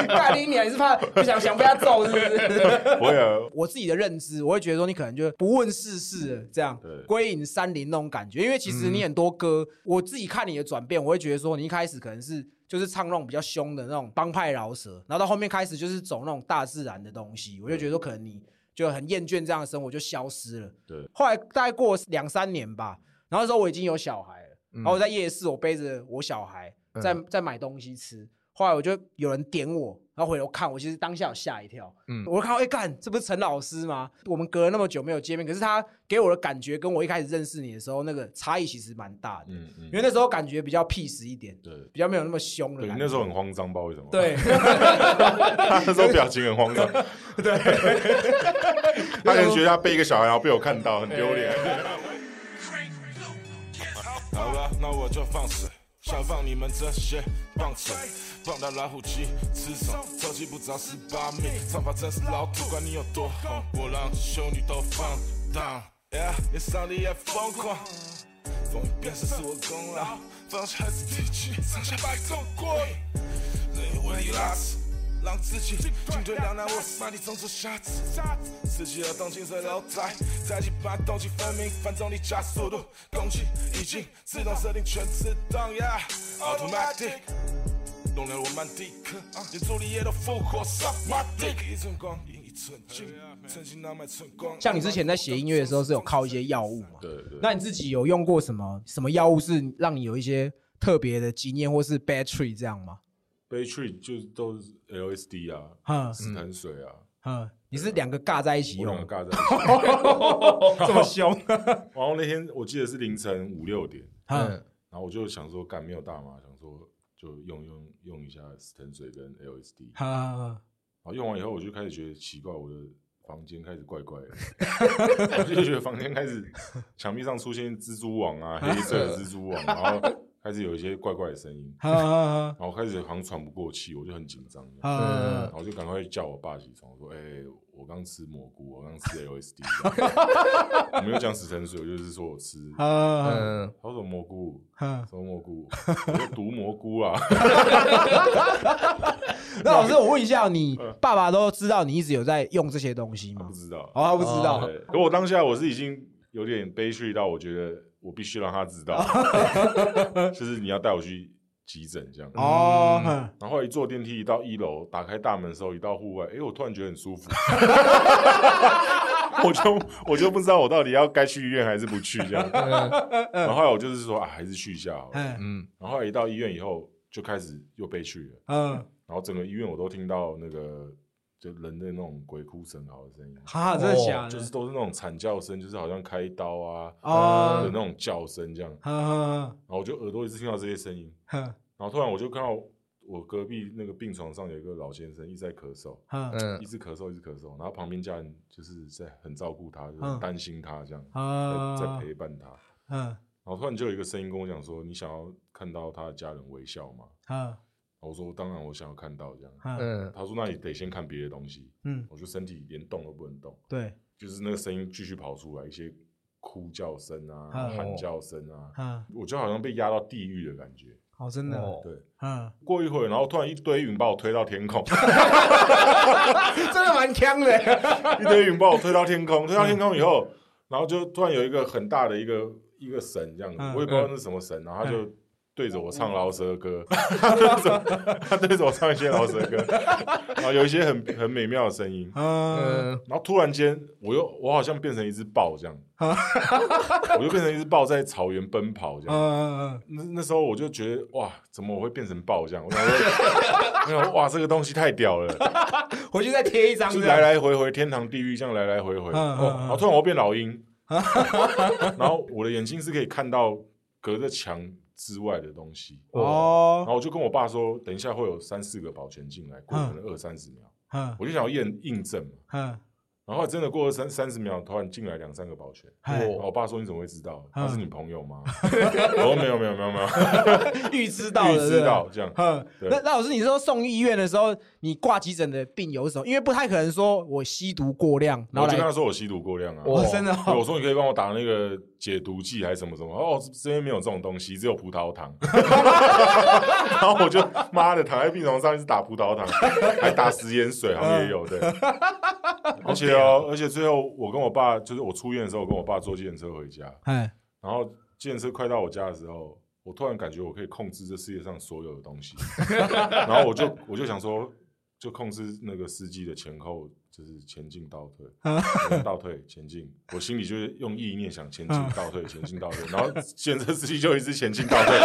S2: 大 你你还是怕不想想被他揍，是不是？
S4: 我有
S2: 我自己的认知，我会觉得说你可能就不问世事了，这样
S4: 对嗯
S2: 归隐山林那种感觉。因为其实你很多歌，我自己看你的转变，我会觉得说你一开始可能是就是唱那种比较凶的那种帮派饶舌，然后到后面开始就是走那种大自然的东西，我就觉得说可能你就很厌倦这样的生活，就消失了。
S4: 对，
S2: 后来大概过两三年吧，然后那时候我已经有小孩了，
S1: 嗯
S2: 然后我在夜市，我背着我小孩
S4: 嗯
S2: 在在买东西吃。后来我就有人点我，然后回头看我，其实当下有吓一跳。
S1: 嗯
S2: 我就看到，哎、干，这不是陈老师吗？我们隔了那么久没有见面，可是他给我的感觉跟我一开始认识你的时候那个差异其实蛮大的，
S4: 嗯嗯
S2: 因，为那时候感觉比较 peace 一点，
S4: 对
S2: 比较没有那么凶的
S4: 对，你
S2: 感
S4: 那
S2: 觉。
S4: 时候很慌张，不知道为什么。
S2: 对，
S4: 他 那时候表情 很慌张，对， 他可能觉得他背一个小孩，然后被我看到，很丢脸。
S3: 好了，那我就放肆，下放你们这些棒槌，棒到老虎机吃手，抽筋不着十八米，长发真是老土，管你有多红，波浪修女都放荡，Yeah，连上帝也疯狂，疯一遍是我功劳，放下是地区，上下摆动过瘾，累我的拉丝。让自己进退两难，我是把你当做瞎子。自己的动静随楼在，再去把动静分明，反正你加速度，攻击已经自动设定全自动，Yeah，automatic。动了我曼迪克，连助理也都复活上马蒂克。一寸光阴一寸金，寸金难买寸光。
S2: 像你之前在写音乐的时候是有靠一些药物嘛？
S4: 对对
S2: 那你自己有用过什么什么药物是让你有一些特别的经验，或是 battery 这样吗？
S4: ，Bay Tree 就都是 LSD 啊，
S2: 哼
S4: 死藤水啊，
S2: 哼，你是两个尬在一起
S4: 我两
S2: 用，
S4: 个尬在一起。
S2: 这么凶？
S4: 然后那天我记得是凌晨五六点，
S2: 嗯
S1: 嗯，
S4: 然后我就想说，干没有大麻，想说就用用用一下死藤水跟 LSD。然
S2: 哼
S4: 后用完以后，我就开始觉得奇怪，我的房间开始怪怪的，我就觉得房间开始墙壁上出现蜘蛛网啊，黑色的蜘蛛网，然后开始有一些怪怪的声音。
S2: 哼哼
S4: 然后开始好像喘不过气，我就很紧张，
S2: 哼
S4: 然
S2: 哼，
S4: 后就赶快叫我爸起床，我说：“哎、我刚吃蘑菇，我刚吃 LSD。” 我没有讲死神水，我就是说我吃。
S2: 啊
S4: 他
S2: 哼
S1: 嗯，
S4: 说什么蘑菇？
S2: 哼。
S4: 什么蘑菇？我说毒蘑菇啊！
S2: 那老师，我问一下，你爸爸都知道你一直有在用这些东西吗
S4: 不？知道。
S2: 哦，他不知道
S4: 对，可我当下我是已经有点悲催到，我觉得我必须让他知道， 就是你要带我去急诊这样。
S2: 哦，
S1: 嗯
S2: 哼
S4: 然后后来一坐电梯，一到一楼，打开大门的时候，一到户外，哎，我突然觉得很舒服， 我就我就不知道我到底要该去医院还是不去这样。然后后来我就是说啊，还是去一下好了。
S2: 嗯
S1: 嗯，
S4: 然后后来一到医院以后，就开始又被去了，
S2: 嗯，
S4: 然后整个医院我都听到那个就人的那种鬼哭神嚎的声音，
S2: 哈，真的
S1: 哦
S2: 假的？
S4: 就是都是那种惨叫声，就是好像开刀啊的
S2: 哦
S4: 那，种叫声这样。
S2: 哼哼
S4: 然后我就耳朵一直听到这些声音，
S2: 哼
S4: 然后突然我就看到我隔壁那个病床上有一个老先生一直在咳嗽，
S2: 哼哼
S1: 嗯
S4: 一直咳嗽一直咳嗽，然后旁边家人就是在很照顾他，就是
S2: 嗯
S4: 很担心他这样，
S2: 啊
S4: 在在陪伴他。
S2: 哼
S4: 然后突然就有一个声音跟我讲说：“你想要看到他的家人微笑吗
S2: 哼？”
S4: 我说：“当然，我想要看到。”这样，
S2: 哼，
S1: 嗯，
S4: 他说：“那你得先看别的东西。
S2: 嗯”，
S4: 我就身体连动都不能动，
S2: 对，
S4: 就是那个声音继续跑出来，一些哭叫声啊、
S2: 嗯
S4: 喊叫声啊，
S2: 哼，
S4: 我就好像被压到地狱的感觉。
S2: 哦，真的，
S1: 哦
S4: 对，
S2: 嗯，
S4: 过一会儿，然后突然一堆云把我推到天空，
S2: 真的蛮强的，
S4: 一堆云把我推到天空，推到天空以后，然后就突然有一个很大的一个一个神这样子，
S2: 嗯
S4: 我也不知道那是什么神，然后他就对着我唱饶舌歌， 他对着他对着我唱一些饶舌歌， 然后有一些很很美妙的声音，
S2: 嗯，
S1: 嗯，
S4: 然后突然间我又我好像变成一只豹这样，
S2: 啊
S4: 我就变成一只豹在草原奔跑这样，
S2: 嗯，
S4: 那那时候我就觉得哇，怎么我会变成豹这样？我想说，我想说哇， 这个东西太屌了，
S2: 回去再贴一张
S4: 就
S2: 这
S4: 是来
S2: 样，
S4: 来回回天堂地狱这样来来回回，
S2: 嗯嗯
S4: 哦
S2: 嗯
S4: 然后突然我变 老鹰，然后我的眼睛是可以看到隔着墙之外的东西，然
S2: 哦，
S4: 后我就跟我爸说，等一下会有三四个保全进来，过可能二三十秒，
S2: 嗯
S4: 我就想要验印证嘛。
S2: 嗯
S4: 然后真的过了三三十秒，突然进来两三个 保全。
S2: 嗨
S4: 我我爸说：“你怎么会知道？
S2: 哦嗯
S4: 他是你朋友 吗？”我说：“没有，没有，没有，没有，
S2: 预知到
S4: 预
S2: 了，
S4: 知到这样。”
S2: 嗯，
S4: 对
S2: 那那老师，你说送医院的时候，你挂急诊的病有什么？因为不太可能说我吸毒过量，然
S4: 我
S2: 后
S4: 就
S2: 来
S4: 跟他说我吸毒过量啊，
S1: 我
S2: 哦，真的
S4: 对我
S2: 哦，
S4: 说你可以帮我打那个解毒剂还是什么什么，哦，这边没有这种东西，只有葡 萄糖。然后我就妈的躺在病床上一直打葡萄糖，还打食盐水，好像 也有对。而且哦，而且最后我跟我爸，就是我出院的时候，我跟我爸坐计程车回家，
S2: 哎，
S4: 然后计程车快到我家的时候，我突然感觉我可以控制这世界上所有的东西，然后我就我就想说，就控制那个司机的前后，就是前进倒退，呃倒退前进，我心里就是用意念想前进倒退，前进倒退，然后计程车司机就一直前进倒退，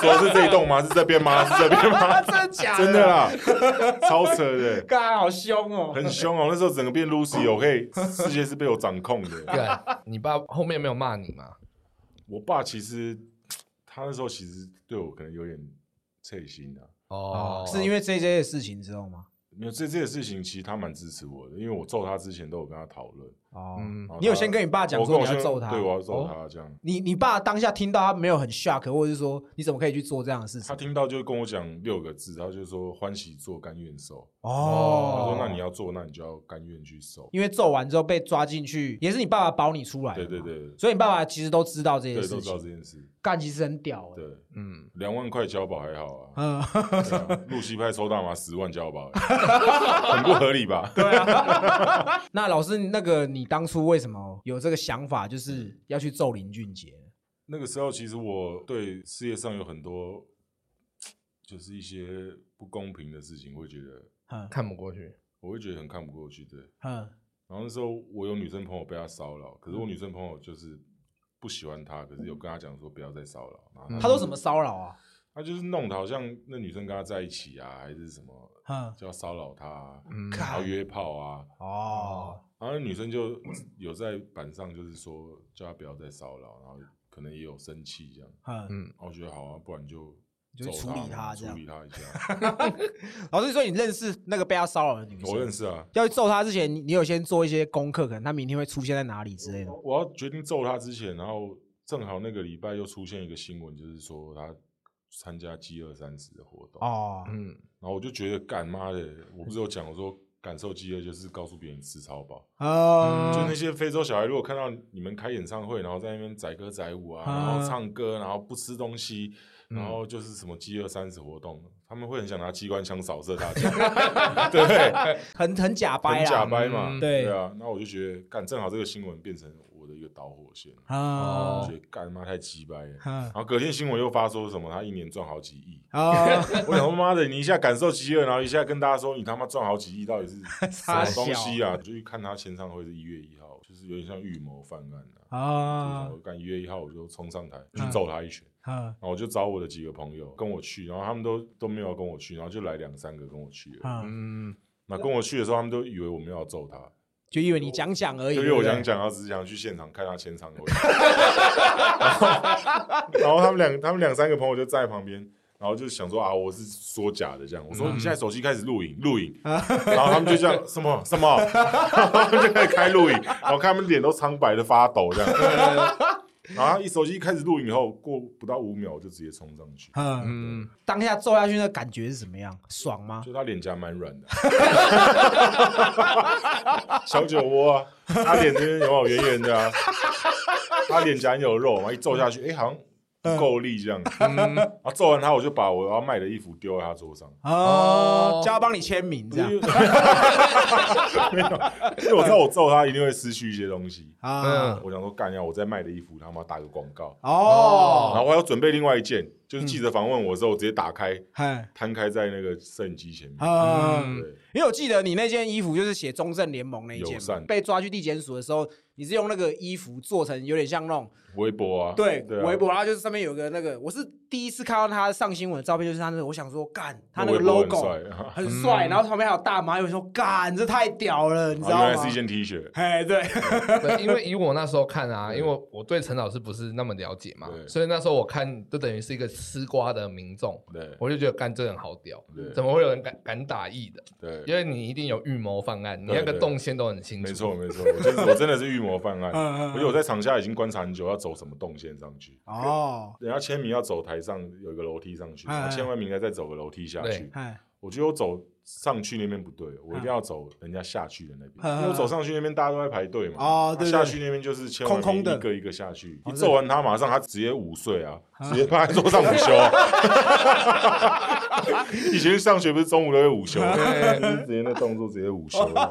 S4: 说是这一栋吗？是这边吗？是这边吗？
S2: 真的假
S4: 啊真的啦，超扯的。
S2: 干好凶哦，
S4: 很凶哦！那时候整个变 Lucy，我可以世界是被我掌控的。
S1: 对，你爸后面没有骂你吗？
S4: 我爸其实他那时候其实对我可能有点脆心啊。
S1: 哦，
S2: 是因为这些事情知道吗？
S4: 没有这这些事情，其实他蛮支持我的，因为我揍他之前都有跟他讨论。
S2: 哦，
S1: 嗯，
S4: 然后
S2: 你有先跟你爸讲
S4: 我
S2: 说
S4: 跟
S2: 你
S4: 哦我
S2: 要
S4: 先
S2: 揍他？哦
S4: 对，我要揍他这样。
S2: 你你爸当下听到他没有很 shock，或者是说你怎么可以去做这样的事
S4: 他
S2: 情？
S4: 听到就跟我讲六个字，他就说欢喜做甘愿受。
S1: 哦
S4: 他说那你要做，那你就要甘愿去受。
S2: 因为揍完之后被抓进去，也是你爸爸保你出来的
S4: 对
S2: 嘛
S4: 对，对
S2: 所以你爸爸其实都知道这些
S4: 对，都
S2: 事
S4: 知道这
S2: 情，
S4: 件事。
S2: 干其实很屌欸，
S4: 对，
S1: 嗯，
S4: 两万块交保还好 啊。
S2: 嗯，
S4: 对啊露西派抽大麻十万交保， 很不合理吧？
S2: 那老师，那个你当初为什么有这个想法，就是要去揍林俊杰？
S4: 那个时候，其实我对世界上有很多就是一些不公平的事情，我会觉得
S2: 嗯
S1: 看不过去，
S4: 我会觉得很看不过去。对，
S2: 嗯
S4: 然后那时候我有女生朋友被他骚扰，可是我女生朋友就是不喜欢他，可是有跟他讲说不要再骚扰。然后
S1: 嗯
S2: 他都怎么骚扰啊？
S4: 他就是弄得好像那女生跟他在一起啊，还是什么
S2: 嗯，
S4: 就要骚扰他、啊，
S1: 嗯，
S4: 然后约炮啊。
S2: 哦，
S4: 然后那女生就有在板上就是说叫他不要再骚扰，然后可能也有生气这样。
S2: 嗯，
S1: 嗯，
S4: 然后我觉得好啊，不然就
S2: 就
S4: 揍
S2: 处理
S4: 嘛
S2: 他这样
S4: 处理他 一下。
S2: 老师说你认识那个被他骚扰的女生，
S4: 我认。识啊，
S2: 要去揍他之前，你你有先做一些功课，可能他明天会出现在哪里之类的。
S4: 我要决定揍他之前，然后正好那个礼拜又出现一个新闻，就是说他参加 G 二三十的活动，
S2: 哦，
S1: 嗯，
S4: 然后我就觉得干妈的，我不是有讲我说感受饥饿就是告诉别人吃超饱，就
S2: 啊
S4: 那些非洲小孩如果看到你们开演唱会，然后在那边载歌载舞啊，
S2: 啊
S4: 然后唱歌，然后不吃东西，
S1: 嗯
S4: 然后就是什么饥饿三十活动，他们会很想拿机关枪扫射大家，对不对？
S2: 很很假掰
S4: 很假
S2: 啦。
S4: 掰嘛，
S1: 嗯
S2: 对
S4: 啊，那我就觉得干，正好这个新闻变成我的一个导火线，
S2: 啊
S4: 我觉得干妈太鸡掰 了。
S2: 嗯
S4: 然后隔天新闻又发说什么他一年赚好几 亿，
S2: 啊，
S4: 我想说妈的，你一下感受饥饿，然后一下跟大家说你他妈赚好几亿，到 底是什
S2: 傻
S4: 么
S2: 小
S4: 东西啊？我就去看他签唱会是一月一号，就是有点像预谋犯案啊。
S2: 啊
S4: 我干一月一号我就冲上台去揍他一拳，
S2: 啊
S4: 然后我就找我的几个朋友跟我去，然后他们都都没有跟我去，然后就来两三个跟我去了。
S2: 啊！
S1: 嗯，
S4: 那跟我去的时候，他们都以为我们要揍他，
S2: 就以为你讲讲而已。
S4: 就因
S2: 对
S4: 为
S2: 不
S4: 我
S2: 对
S4: 想，讲，他只是想去现场看他签唱 会。然后，然后他们两他们两三个朋友就站在旁边，然后就想说啊，我是说假的这样。
S2: 嗯
S4: 我说你现在手机开始录影，录影。然后他们就这样什么什么， 然后他们就开始开录影，然后看他们脸都苍白的发抖这样。然后他一手机开始录影以后，过不到五秒我就直接冲上去，
S2: 嗯，
S1: 嗯，
S2: 当下揍下去那感觉是怎么样？爽吗？
S4: 就他脸颊蛮软的， 小酒窝啊，他脸这边有没有圆圆的啊？他脸颊有肉嘛，一揍下去，哎、好像不够力这样。
S2: 嗯
S4: 然后揍完他，我就把我要卖的衣服丢在他桌上，
S2: 啊
S1: 哦，嗯
S2: 叫他帮你签名这
S4: 因
S2: 样
S4: 为没有因为我知道我揍他一定会失去一些东西。
S2: 啊，
S4: 我想说，干呀，我在卖的衣服他妈打个广告，然
S2: 哦，
S4: 后我还要准备另外一件，就是记者访问我的时候，我直接打开
S2: 嗨
S4: 摊开在那个摄影机前面。
S2: 啊，
S1: 嗯
S4: 对，
S2: 因为我记得你那件衣服就是写中正联盟那一件
S4: 友
S2: 嘛
S4: 善，
S2: 被抓去地检署的时候，你是用那个衣服做成有点像那种
S4: 微博啊，
S2: 对
S4: 啊
S2: 围脖，然后就是上面有个那个，我是第一次看到他上新闻的照片，就是他那个，我想说干他那个
S4: 微博很
S2: logo
S4: 帅啊
S1: 嗯
S2: 很帅，然后旁边还有大妈，有说干这太屌了，你知
S4: 啊原
S2: 道
S4: 来
S2: 吗
S4: 是一？件 T 恤，
S2: 哎，对，
S1: 对，因为以我那时候看啊，
S4: 对
S1: 因为我我对陈老师不是那么了解嘛，
S4: 对
S1: 所以那时候我看就等于是一个吃瓜的民众，
S4: 对
S1: 我就觉得干这人好屌
S4: 对，
S1: 怎么会有人敢敢打义的？
S4: 对，
S1: 因为你一定有预谋方案，你那个
S4: 对
S1: 动线都很清楚。
S4: 没错没错，我真的我真的是预谋犯案，
S2: 嗯嗯嗯
S4: 而且我在场下已经观察很久，要走什么动线上去。
S2: 哦，
S4: 人家签名要走台上有一个楼梯上去，
S2: 哎
S4: 然后签完名再再走个楼梯下去
S1: 对。
S2: 哎，
S4: 我觉得我走上去那边不对，我一定要走人家下去的那边，
S2: 嗯
S4: 因为我走上去那边大家都在排队嘛。啊
S2: 哦对对
S4: 下去那边就是签完名
S2: 空空的
S4: 一个一个下去，
S2: 哦嗯
S4: 一揍完他马上他直接午睡啊， 直接趴在桌上午休啊。 以前上学不是中午都会午休，
S2: 哦
S4: 就是 直接那动作直接午休。啊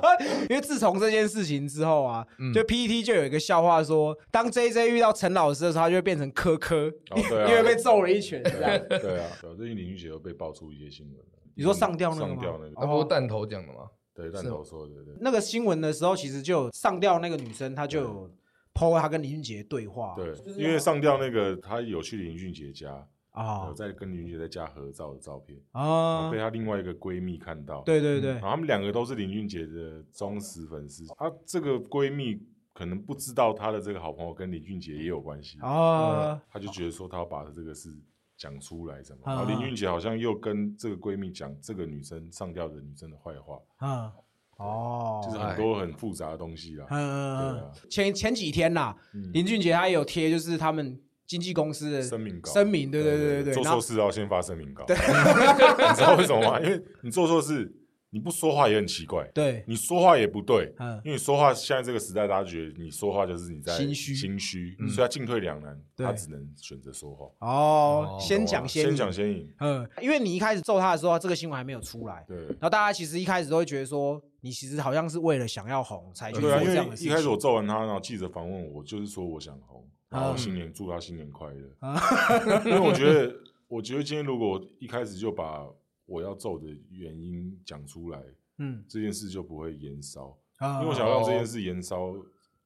S2: 因为自从这件事情之后啊，
S1: 嗯
S2: 就 PPT 就有一个笑话说，当 JJ 遇到陈老师的时候，他就会变成科科，
S4: 哦对 啊
S2: 因为被揍了一拳这
S4: 对啊
S2: 样。
S4: 对啊，对啊最近林俊杰又被爆出一些新闻了。
S2: 你说上吊那个吗哦
S4: 上吊那个，
S1: 那不是弹头讲的吗？
S4: 对，蛋
S1: 是
S4: 头说的，对
S2: 那个新闻的时候，其实就有上吊那个女生，她就有 PO 她跟林俊杰对话，
S4: 对，因为上吊那个他有去林俊杰家，有
S2: 啊
S4: 在跟林俊杰在家合照的照片，然后
S2: 啊
S4: 被，他另外一个闺蜜看到，，
S2: 对对对
S4: 然，后他们两个都是林俊杰的忠实粉丝，她这个闺蜜可能不知道她的这个好朋友跟林俊杰也有关系，
S2: 啊
S4: 她就觉得说她要把这个事。讲出来什么？
S2: 啊
S4: 然后林俊杰好像又跟这个闺蜜讲这个女生上吊的女生的坏话，
S2: 啊哦，
S4: 嗯就是很多很复杂的东西啦。
S2: 嗯，
S4: 对
S2: 嗯
S4: 啊
S2: 嗯前前几天呐，
S4: 嗯
S2: 林俊杰他也有贴，就是他们经纪公司的
S4: 声明稿
S2: 声明，对对对对对，
S4: 做
S2: 然后
S4: 错事要先发声明稿。 你知道为什么吗？因为你做错事，你不说话也很奇怪，
S2: 对，
S4: 你说话也不对，
S2: 嗯
S4: 因为你说话现在这个时代，大家觉得你说话就是你在
S2: 心虚嗯
S4: 心虚，所以他进退两难，
S2: 对
S4: 他只能选择说话。
S2: 哦
S1: 哦，
S2: 先讲
S4: 先
S2: 先
S4: 讲先赢，
S2: 嗯，因为你一开始揍他的时候，这个新闻还没有出来，
S4: 对。
S2: 然后大家其实一开始都会觉得说，你其实好像是为了想要红才去
S4: 对
S2: 做
S4: 啊，因
S2: 这
S4: 为
S2: 样的事
S4: 一
S2: 情。
S4: 开始我揍完他，然后记者访问我，就是说我想红，然后
S2: 嗯
S4: 新年祝他新年快乐。
S2: 啊
S4: 因为我 觉得，我觉得今天如果我一开始就把我要揍的原因讲出来，
S2: 嗯，
S4: 这件事就不会延烧。
S2: 啊
S4: 因为我想让这件事延烧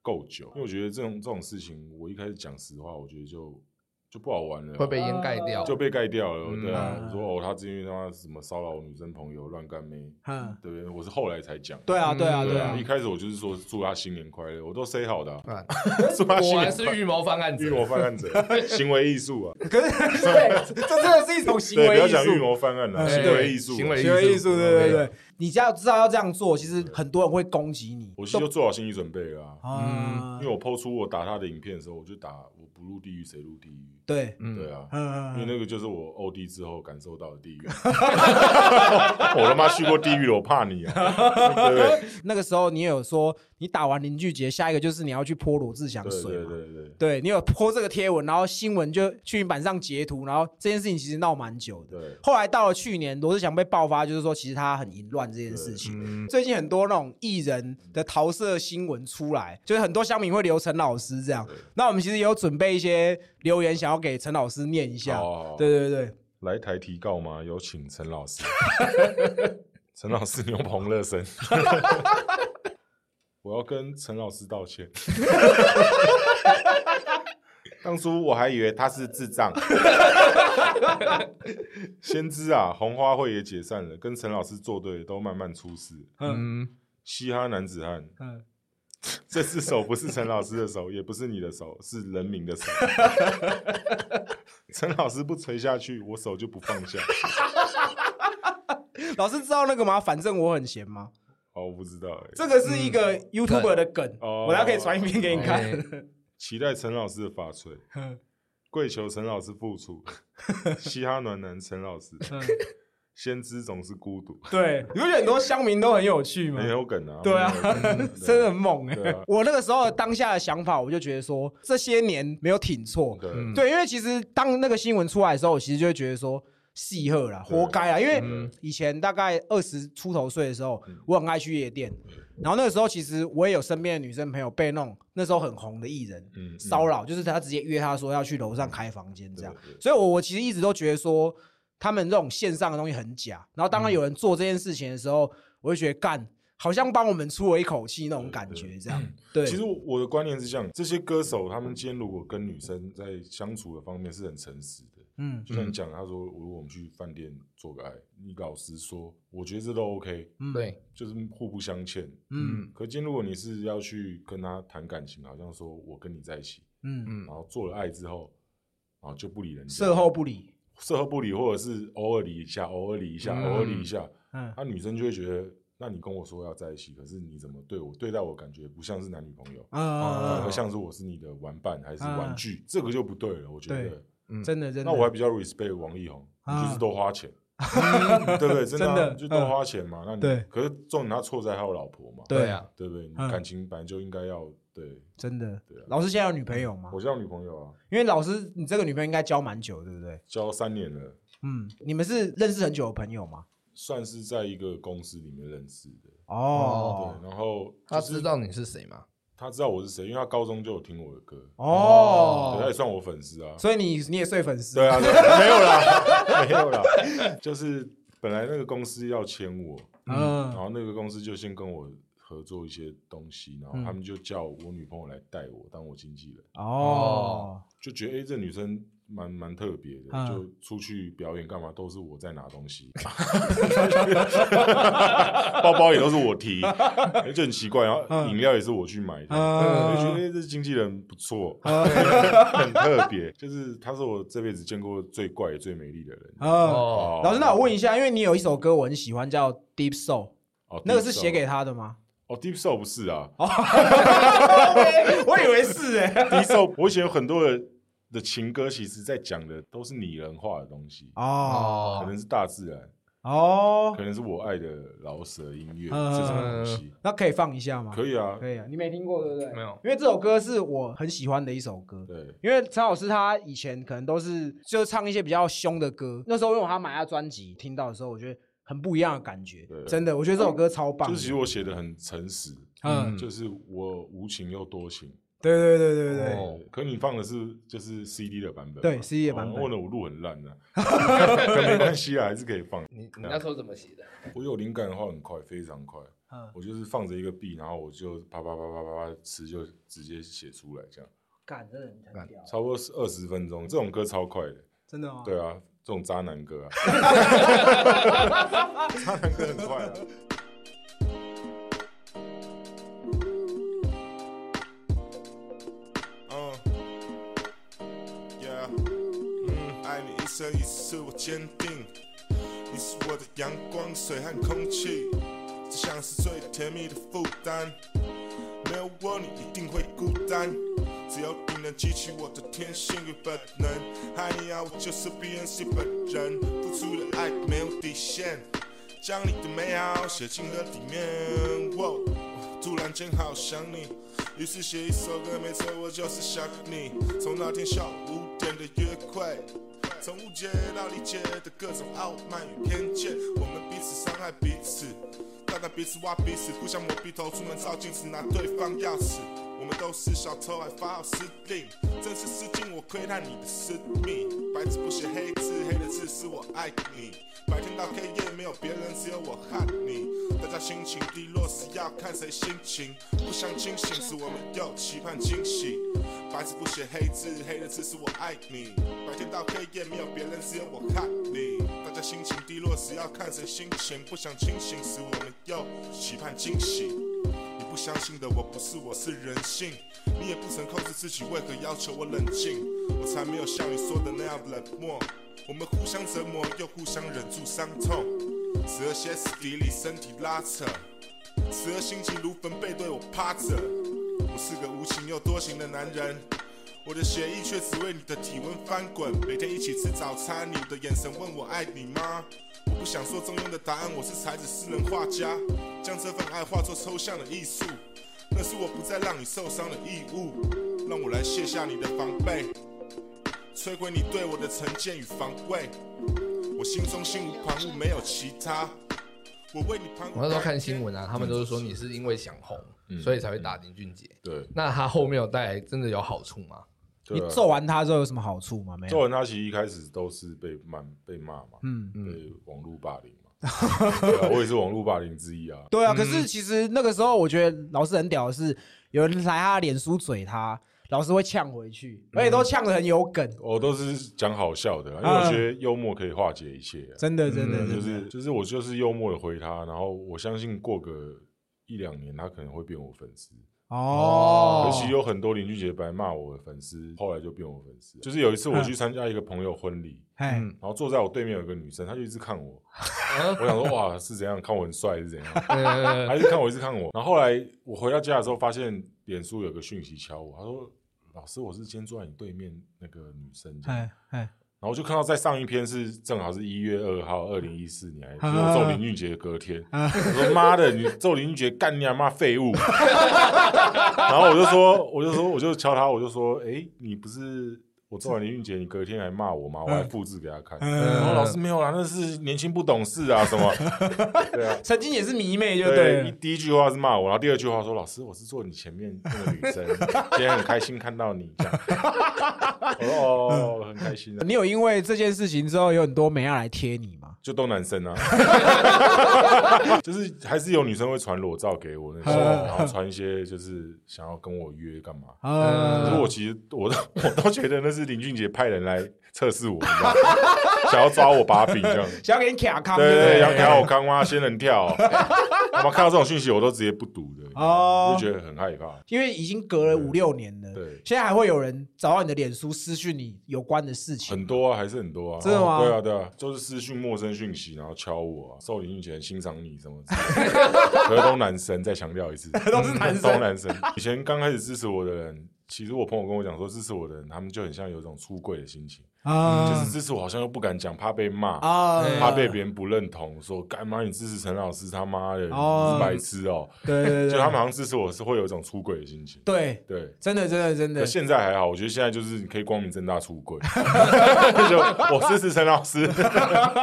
S4: 够久，因为我觉得这种这种事情，我一开始讲实话，我觉得就就不好玩了，
S1: 会被掩盖
S2: 哦
S1: 掉。
S4: 就被盖掉了。
S1: 嗯
S4: 对啊，
S2: 嗯
S4: 我说哦，他之前他妈什么骚扰我女生朋友、乱干妹，
S2: 嗯，
S4: 对不对？我是后来才讲。
S2: 对啊，对啊，
S4: 对
S2: 对
S4: 啊，
S2: 啊
S4: 一，开始我就是说祝他新年快乐，我都 say 好的 啊、
S1: 啊
S2: 哎
S4: 祝他新
S1: 果然
S4: 年
S1: 是
S4: 快乐。
S1: 预谋方案者
S4: 预。谋犯案者， 行为艺术啊，
S2: 可是 对，这真的是一种行
S4: 对，不
S2: 为
S4: 要
S2: 艺
S4: 讲预
S2: 术。哎
S4: 谋犯案了，
S1: 嗯
S4: 行为艺术啊，
S1: 行为
S2: 行为艺术，对对
S1: 对
S2: 对，你只要知道要这样做，其实很多人会攻击你。
S4: 我其实就做好心理准备了啊、
S2: 啊
S4: 因为，我抛出我打他的影片的时候，我就打我不入地狱谁入地狱，
S2: 对，
S4: 对啊，因为
S2: 嗯，
S4: 那个就是我 OD 之后感受到的地狱。 我他妈去过地狱了，我怕你 啊！对不对？
S2: 那个时候你也有说，你打完林俊杰，下一个就是你要去泼罗志祥
S4: 对
S2: 水
S4: 对
S2: 嘛。
S4: 对对
S2: 对你有泼这个贴文，然后新闻就去云版上截图，然后这件事情其实闹蛮久的。
S4: 对
S2: 后来到了去年，罗志祥被爆发，就是说其实他很淫乱这件事情。
S1: 嗯，
S2: 最近很多那种艺人的桃色新闻出来，就是很多乡民会留陈老师这样
S4: 对。
S2: 那我们其实也有准备一些留言，想要给陈老师念一
S4: 对，
S2: 下。
S4: 好，好
S2: 对对对，
S4: 来台提告吗？有请陈老师。陈老师牛棚热身，我要跟陈老师道歉。当初我还以为他是智障。先知啊，红花会也解散了，跟陈老师作对都慢慢出事。
S2: 嗯
S1: 嗯，
S4: 嘻哈男子汉，
S2: 嗯，
S4: 这只手不是陈老师的手，也不是你的手，是人民的手。陈老师不垂下去，我手就不放下。
S2: 老师知道那个吗？反正我很闲吗？
S4: 哦，我不知道、欸，
S2: 这个是一个 YouTuber 的梗，
S4: 哦
S2: 我待会可以传一遍给你看。
S4: 期待陈老师的法锤，
S2: 嗯
S4: 跪求陈老师复出。嘻哈暖男陈老师，先知总是孤独，
S2: 对，你不觉得很多乡民都很有趣吗
S4: 很？有梗啊。
S2: 对啊
S4: 很有梗，
S2: 真的很猛哎、
S4: 对啊
S2: 我那个时候当下的想法，我就觉得说，这些年没有挺错，
S4: 对
S1: 嗯
S2: 对，因为其实当那个新闻出来的时候，我其实就会觉得说。戏鹤啦，活该啊！因为
S1: 嗯
S2: 以前大概二十出头岁的时候
S4: 嗯，
S2: 我很爱去夜店，然后那个时候其实我也有身边的女生朋友被那种那时候很红的艺人
S4: 嗯嗯
S2: 骚扰，就是他直接约她说要去楼上开房间这样
S4: 对对，
S2: 所以我我其实一直都觉得说他们这种线上的东西很假，然后当
S4: 嗯
S2: 然有人做这件事情的时候，我就觉得干，好像帮我们出了一口气那种感觉这样，对，
S4: 嗯其实我我的观念是这样，这些歌手他们今天如果跟女生在相处的方面是很诚实的，
S2: 嗯
S4: 就像你讲，他说如果我们去饭店做个爱，你老实说，我觉得这都 OK，
S2: 嗯
S1: 对，
S4: 就是互不相欠。
S2: 嗯
S1: 嗯
S4: 可今天如果你是要去跟他谈感情，好像说我跟你在一起，
S2: 嗯，
S1: 嗯
S4: 然，后做了爱之后，然后就不理人家，
S2: 事后不理，
S4: 事后不理，或者是偶尔理一下，偶尔理一下，
S1: 嗯
S4: 偶尔理一下，
S2: 嗯
S4: 那、女生就会觉得，那你跟我说要在一起，可是你怎么对我对待我感觉不像是男女朋友，反而
S2: 啊，
S4: 像是我是你的玩伴还是
S2: 嗯
S4: 玩具，这个就不对了，我觉
S2: 对
S4: 得。
S2: 真的真的，
S4: 那我还比较 respect 王力宏，
S2: 啊
S4: 就是多花 钱，对不对？真的
S2: 真
S4: 啊
S2: 的嗯
S4: 就多花钱嘛。那你
S2: 对
S4: 可是重点他错在他有老婆嘛，
S2: 对
S1: 对啊，
S4: 对不对？你
S2: 嗯
S4: 感情本来就应该要对。
S2: 真的
S4: 对啊，
S2: 老师现在有女朋友吗
S4: 我？交女朋友啊，
S2: 因为老师你这个女朋友应该交蛮久，对不对？
S4: 交三年了，
S2: 嗯，你们是认识很久的朋友吗？
S4: 算是在一个公司里面认识的。
S2: 哦
S4: 对，然后
S1: 他
S4: 就是
S1: 知道你是谁吗？
S4: 他知道我是谁，因为他高中就有听我的歌，对，他也
S2: 哦，
S4: 算我粉丝啊。
S2: 所以你你也睡粉丝，
S4: 对啊，对啊没有啦，没有啦，就是本来那个公司要签我，然
S2: 嗯
S4: 后那个公司就先跟我合作一些东西，然后
S2: 嗯
S4: 他们就叫我女朋友来带我当我经纪人，
S2: 哦，
S4: 就觉得哎、诶这女生蛮蛮特别的，
S2: 嗯
S4: 就出去表演干嘛都是我在拿 东西，包包也都是我提，就很奇怪，然后
S2: 嗯
S4: 饮料也是我去买的。我就觉
S2: 嗯
S4: 得、诶这经纪人不错，很特别，就是他是我这辈子见过最怪也最美丽的人。
S2: 嗯。
S1: 哦，
S2: 老师，那我问一下，因为你有一首歌我很喜欢，叫《Deep Soul》，
S4: 哦，
S2: 那个是写
S4: Deep
S2: 给哦
S4: Soul
S2: 他的吗？
S4: 哦，Deep Soul 不是啊
S2: 我以为是哎、
S4: ，Deep Soul 我以前有很多的的情歌，其实在讲的都是拟人化的东西，
S2: 哦
S4: 可
S1: 哦，
S4: 能是大自然，
S2: 哦
S4: 可，能是我爱的饶舌音乐
S2: 嗯
S4: 这种东西，
S2: 那可以放一下吗？
S4: 可以啊，
S2: 可以啊，你没听过对不对？
S1: 没有
S2: 因为这首歌是我很喜欢的一首歌。
S4: 对，
S2: 因为陈老师他以前可能都是就唱一些比较凶的歌，那时候因为我他买他专辑听到的时候，我觉得很不一样的感觉
S4: 对，
S2: 真的，我觉得这首歌超棒
S4: 就
S2: 的。
S4: 是其实我写的很诚实，
S2: 嗯，
S1: 嗯
S4: 就是我无情又多情。
S2: 对对对对对
S1: 哦
S4: 可你放的是就是 CD 的版本嘛，
S2: 对 CD 的版本
S4: 哦问了我录很烂 的，可没关系啊，还是可以放。
S1: 你你那时候怎么写的？
S4: 我有灵感的话很快，非常快。
S2: 嗯，
S4: 我就是放着一个 B，然后我就啪啪啪啪啪啪词就直接写出来，这样
S2: 感真的很屌，
S4: 差不多是二十分钟。这种歌超快的，
S2: 真的吗？
S4: 对啊，这种渣 男歌啊，渣男歌很快啊。
S3: 嗯，Yeah，嗯，爱你一生一世，我坚定。你是我的阳光、水和空气，这像是最甜蜜的负担。没有我，你一定会孤单。只有你能激起我的天性与本能，爱你啊，我就是 BNC 本人，付出的爱没有底线，将你的美好写进了里面。哇，突然间好想你，于是写一首歌，没错，我就是想你。从那天下午五点的约会。从误解到理解的各种傲慢与偏见，我们彼此伤害彼此，大大彼此挖彼此，互相磨鼻头，出门照镜子拿对方钥匙。我们都是小偷，还发号施令，真是失敬我窥探你的私密。白纸不写黑字，黑的字是我爱你。白天到黑夜没有别人，只有我和你。大家心情低落时要看谁心情，不想清醒时我们又期盼惊喜。白纸不写黑字，黑的字是我爱你。白天到黑夜没有别人，只有我和你。大家心情低落时要看谁心情，不想清醒时我们又期盼惊喜。你不相信的我不是我是人性，你也不曾控制自己，为何要求我冷静？我才没有像你说的那样冷漠。我们互相折磨，又互相忍住伤痛，时而歇斯底里，身体拉扯，时而心急如焚，背对我趴着。我是个无情又多情的男人，我的血液却只为你的体温翻滚。每天一起吃早餐，你的眼神问我爱你吗？我不想说中庸的答案，我是才子、诗人、画家，将这份爱化作抽象的艺术。那是我不再让你受伤的义务，让我来卸下你的防备，摧毁你对我的成见与防卫。我心中心无旁骛，没有其他。我为你嗯攀。
S1: 我那时候看新闻啊，他们都是说你是因为想红，
S4: 嗯
S1: 所以才会打林俊杰。
S4: 对，
S1: 那他后面有带来真的有好处吗？
S4: 对
S2: 你
S4: 啊
S2: 揍完他之后有什么好处吗？没
S4: 揍
S2: 有。
S4: 完他其实一开始都是被骂被骂嘛，
S2: 嗯，
S4: 被网络霸凌嘛， 对啊我也是网络霸凌之一啊。
S2: 对啊。可是其实那个时候，我觉得老师很屌的是，有人来他脸书嘴他，老师会呛回去，
S4: 嗯
S2: 而且都呛得很有梗，
S4: 我都是讲好笑的啊，因为我觉得幽默可以化解一切啊。
S2: 嗯真的真的
S4: 对就
S2: 真的。
S4: 是就是我就是幽默的回他，然后我相信过个一两年，他可能会变我粉丝。
S2: 哦
S4: 尤，其有很多林俊杰本来骂我的粉丝，后来就变我粉丝。就是有一次我去参加一个朋友婚礼，
S2: 哎，
S1: 嗯
S4: 然后坐在我对面有一个女生，她就一直看我，
S2: 啊
S4: 我想说哇是怎样，看我很帅是怎样，
S1: 呃
S4: 她一直看我一直看我。然后后来我回到家的时候，发现脸书有个讯息敲我，她说老师我是今天坐在你对面那个女生这样。
S2: 哎哎，
S4: 然后就看到在上一篇是正好是一月二号，二零一四年，就
S2: 啊
S4: 是揍林俊杰的隔天。我说妈的，你揍林俊杰干你啊妈废物！ 然后我就说，我就说，我就敲他，我就说，哎，你不是我揍完林俊杰，你隔天还骂我吗？我还复制给他看。
S2: 嗯
S4: 然后老师没有啊啦，那是年轻不懂事 啊什么。对啊，
S2: 曾经也是迷妹，就对
S4: 对，
S2: 了。
S4: 一第一句话是骂我，然后第二句话说：“老师，我是坐你前面那个女生，今天很开心看到你。”这样，我说：“哦，很开心啊。”
S2: 你有因为这件事情之后有很多美亚来贴你吗？
S4: 就都男生啊， 就是还是有女生会传裸照给我那时候，
S2: 嗯
S4: 然后传一些就是想要跟我约干嘛。
S2: 啊，
S4: 可是我其实我都 我都觉得那是林俊杰派人来测试我，你知道吗 想要抓我把柄这样。
S2: 想要给你卡康，
S4: 对
S2: 不
S4: 对对，
S2: 对？
S4: 杨条我康啊，仙人跳哦， 我妈看到这种讯息我都直接不读的，
S2: 哦
S4: 就觉得很害怕。
S2: 因为已经隔了五六年了，
S4: 对
S2: 现在还会有人找到你的脸书私讯你有关的事情，
S4: 很多啊，还是很多啊，
S2: 真的吗
S4: 对啊，对啊，就是私讯陌生讯息，然后敲我啊，受林俊杰欣赏你什么之类的，可是都男生，再强调一次，
S2: 都是男
S4: 都
S2: 生，
S4: 男生。以前刚开始支持我的人，其实我朋友跟我讲说，支持我的人，他们就很像有一种出柜的心情，嗯就
S2: 啊
S4: 是支持我好像又不敢讲，怕被骂，
S2: 啊
S4: 怕被别人不认同，说干嘛你支持陈老师他妈的，你
S2: 哦
S4: 是白痴哦。
S2: 对对
S4: 就
S2: 对
S4: 他们好像支持我是会有一种出柜的心情，
S2: 对，
S4: 对。
S2: 真的真的真
S4: 可
S2: 的，
S4: 现在还好，我觉得现在就是你可以光明正大出柜， 就我支持陈老师。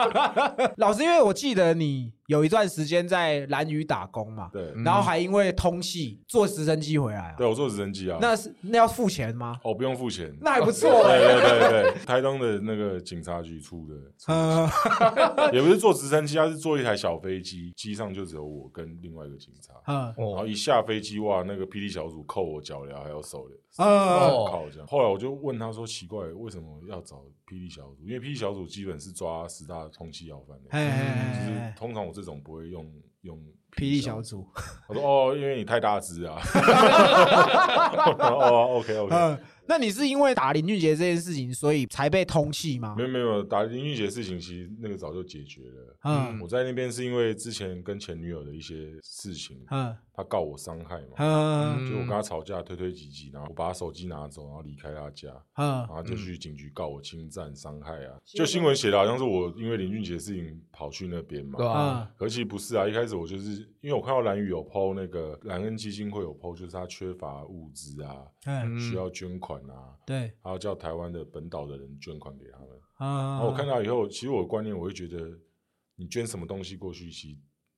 S2: 老师，因为我记得你有一段时间在蓝屿打工嘛，
S4: 对
S2: 然后还因为通气坐直升机回来啊，
S4: 对，我坐直升机啊，
S2: 那是那要付钱吗？
S4: 哦不用付钱。
S2: 那还不错
S4: 对
S2: 欸，
S4: 对对对，台东的那个警察局出的，
S2: 嗯，
S4: 也不是坐直升机，他是坐一台小飞机，机上就只有我跟另外一个警察。
S2: 嗯
S4: 然
S1: 哦
S4: 后一下飞机，哇，那个霹雳小组扣我脚镣还有手镣，
S2: 嗯，
S1: 哦
S4: 靠这样。后来我就问他说，奇怪，为什么要找霹雳小组？因为霹雳小组基本是抓十大通缉要犯的，就是
S2: 哎，
S4: 通常我这种不会用用
S2: 霹雳小。组，
S4: 他说哦，因为你太大 只啊。我说哦，OK OK，
S2: 嗯，那你是因为打林俊杰这件事情，所以才被通气吗
S4: 没？有没有，打林俊杰的事情其实那个早就解决了。
S2: 嗯
S4: 我在那边是因为之前跟前女友的一些事情，
S2: 嗯
S4: 他告我伤害嘛，
S2: 嗯
S4: 就我跟他吵架，推推挤挤，然后我把他手机拿走，然后离开他家，
S2: 嗯
S4: 然，后就去警局告我侵占伤害啊。就新闻写的好像是我因为林俊杰的事情跑去那边嘛
S2: 啊
S1: 对，吧？
S4: 可其实不是啊。一开始我就是因为我看到蓝宇有 PO 那个蓝恩基金会有 PO，就是他缺乏物资啊，
S2: 嗯，
S4: 需要捐款啊，
S2: 对，
S4: 然后叫台湾的本岛的人捐款给他们。然
S2: 啊
S4: 哦后我看，到以后，其实我的观念我会觉得，你捐什么东西过去，其实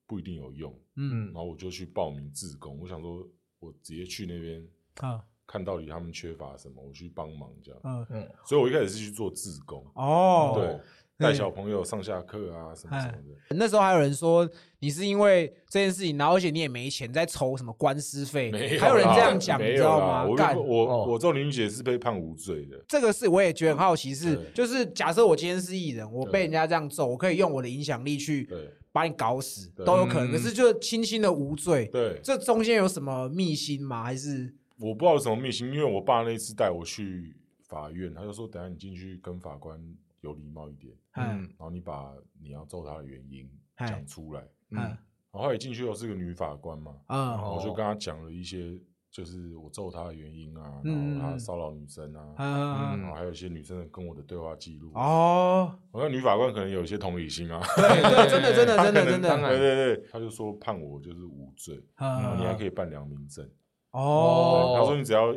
S4: 不一定有用。
S2: 嗯
S4: 然后我就去报名自工，我想说，我直接去那边
S2: 啊
S4: 看到底他们缺乏什么，我去帮忙这样。
S2: 嗯，
S4: 所以我一开始是去做自工，
S2: 哦，
S4: 对，带小朋友上下课啊，什么什么的。
S2: 那时候还有人说你是因为这件事情，然后而且你也没钱，在筹什么官司费，
S4: 没有啦，
S2: 还有人这样讲，
S4: 没
S2: 你
S4: 有
S2: 知道
S4: 啦
S2: 吗？
S4: 我
S2: 干
S4: 如果，我
S1: 哦
S4: 我周玲姐是被判无罪的，
S2: 这个事我也觉得很好奇是，
S4: 对
S2: 就是假设我今天是艺人，我
S4: 对
S2: 被人家这样揍，我可以用我的影响力去
S4: 对
S2: 把你搞死，
S4: 对
S2: 都有可能。
S1: 嗯
S2: 可是就轻轻的无罪，
S4: 对。
S2: 这中间有什么秘辛吗？还是
S4: 我不知道有什么秘辛，因为我爸那一次带我去法院，他就说：“等一下你进去跟法官有礼貌一点，
S2: 嗯
S1: 嗯
S4: 然后你把你要揍他的原因
S2: 哎
S4: 讲出来。”
S2: 嗯
S4: 然后后来进去又是个女法官嘛，
S2: 嗯
S4: 然后我就跟他讲了一些就是我揍他的原因啊，
S2: 嗯
S4: 然后他骚扰女生啊，
S2: 嗯，
S4: 然后还有一些女生跟我的对话记录。
S2: 哦，
S4: 我看女法官可能有一些同理心啊，
S2: 对对，真的真的
S4: 她
S2: 真
S4: 可
S2: 的
S4: 能
S2: 真
S1: 当
S2: 的，
S1: 然
S4: 对对对，他就说判我就是无罪，然嗯后你还可
S2: 以
S4: 以办良民证。
S2: 嗯哦，
S4: 对他说你只要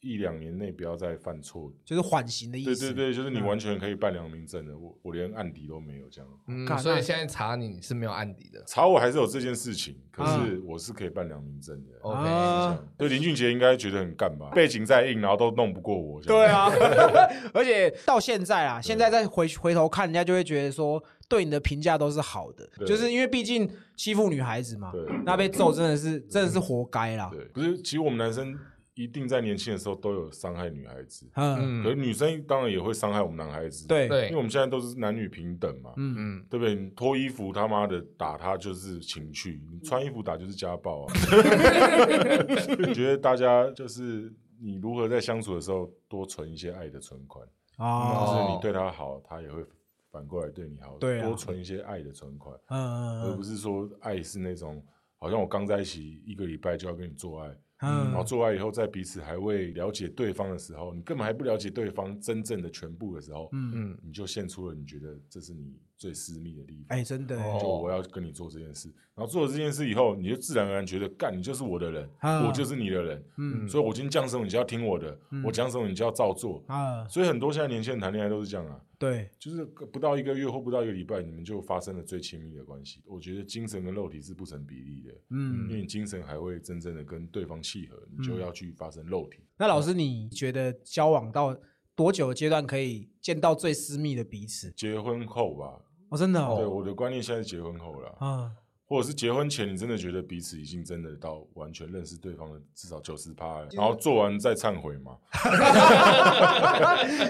S4: 一两年内不要再犯错。
S2: 就是缓刑的意
S4: 对
S2: 思，嗯
S4: 对对，就是你完全可以办良民证的，我我连案底都没有这样。
S1: 嗯
S2: 干，
S1: 所
S2: 那
S1: 以现在查你是没有案底的。
S4: 查我还是有这件事情，可是
S2: 嗯
S4: 我是可以办良民证的。
S1: 哦 OK，
S2: 啊，
S4: 对林俊杰应该觉得很干吧？背景再硬，然后都弄不过我。这
S2: 对
S4: 样，
S2: 啊， 而且到现在啊，现在再回回头看，人家就会觉得说对你的评价都是好的，
S4: 对
S2: 就是因为毕竟欺负女孩子嘛，
S4: 对
S2: 啊那被揍真的是真的是活该啦。
S4: 对，可是其实我们男生一定在年轻的时候都有伤害女孩子，
S2: 嗯，
S4: 可是
S1: 嗯
S4: 女生当然也会伤害我们男孩子。，
S2: 对，
S4: 因
S1: 对
S4: 为我，们现在都是男女平等嘛，
S2: 嗯，
S1: 嗯，
S4: 对不对？你脱衣服他妈的打他就是情趣，你穿衣服打就是家暴 啊。 我觉得大家就是你如何在相处的时候多存一些爱的存款。
S2: 哦，
S4: 就是你对他好，他也会反过来对你好，
S2: 对啊
S4: 多存一些爱的存款，
S2: 嗯嗯
S4: 而
S2: 嗯
S4: 不是说爱是那种好像我刚在一起一个礼拜就要跟你做爱，然后
S2: 嗯，
S4: 做爱以后在彼此还未了解对方的时候，你根本还不了解对方真正的全部的时候，
S2: 嗯
S1: 嗯
S4: 你就献出了你觉得这是你最私密的地方。
S2: 哎，真的欸，
S1: 哦
S4: 就我要跟你做这件事，然后做了这件事以后，你就自然而然觉得，干，你就是我的人，
S2: 啊
S4: 我就是你的人，
S2: 嗯
S4: 所以我今天讲什么你就要听我的，我讲什么你就要照做。
S2: 啊，
S4: 所以很多现在年轻人谈恋爱都是这样啊，
S2: 对，
S4: 就是不到一个月或不到一个礼拜，你们就发生了最亲密的关系。我觉得精神跟肉体是不成比例的，因
S2: 嗯，
S4: 为你精神还会真正的跟对方契合，你就要去发生肉体。
S2: 那老师，你觉得交往到多久的阶段可以见到最私密的彼此？
S4: 结婚后吧，
S2: 哦，真的
S4: 对
S2: 哦，
S4: 我的观念现在是结婚后啦，
S2: 啊，
S4: 或者是结婚前，你真的觉得彼此已经真的到完全认识对方的至少九十趴了，然后做完再忏悔嘛。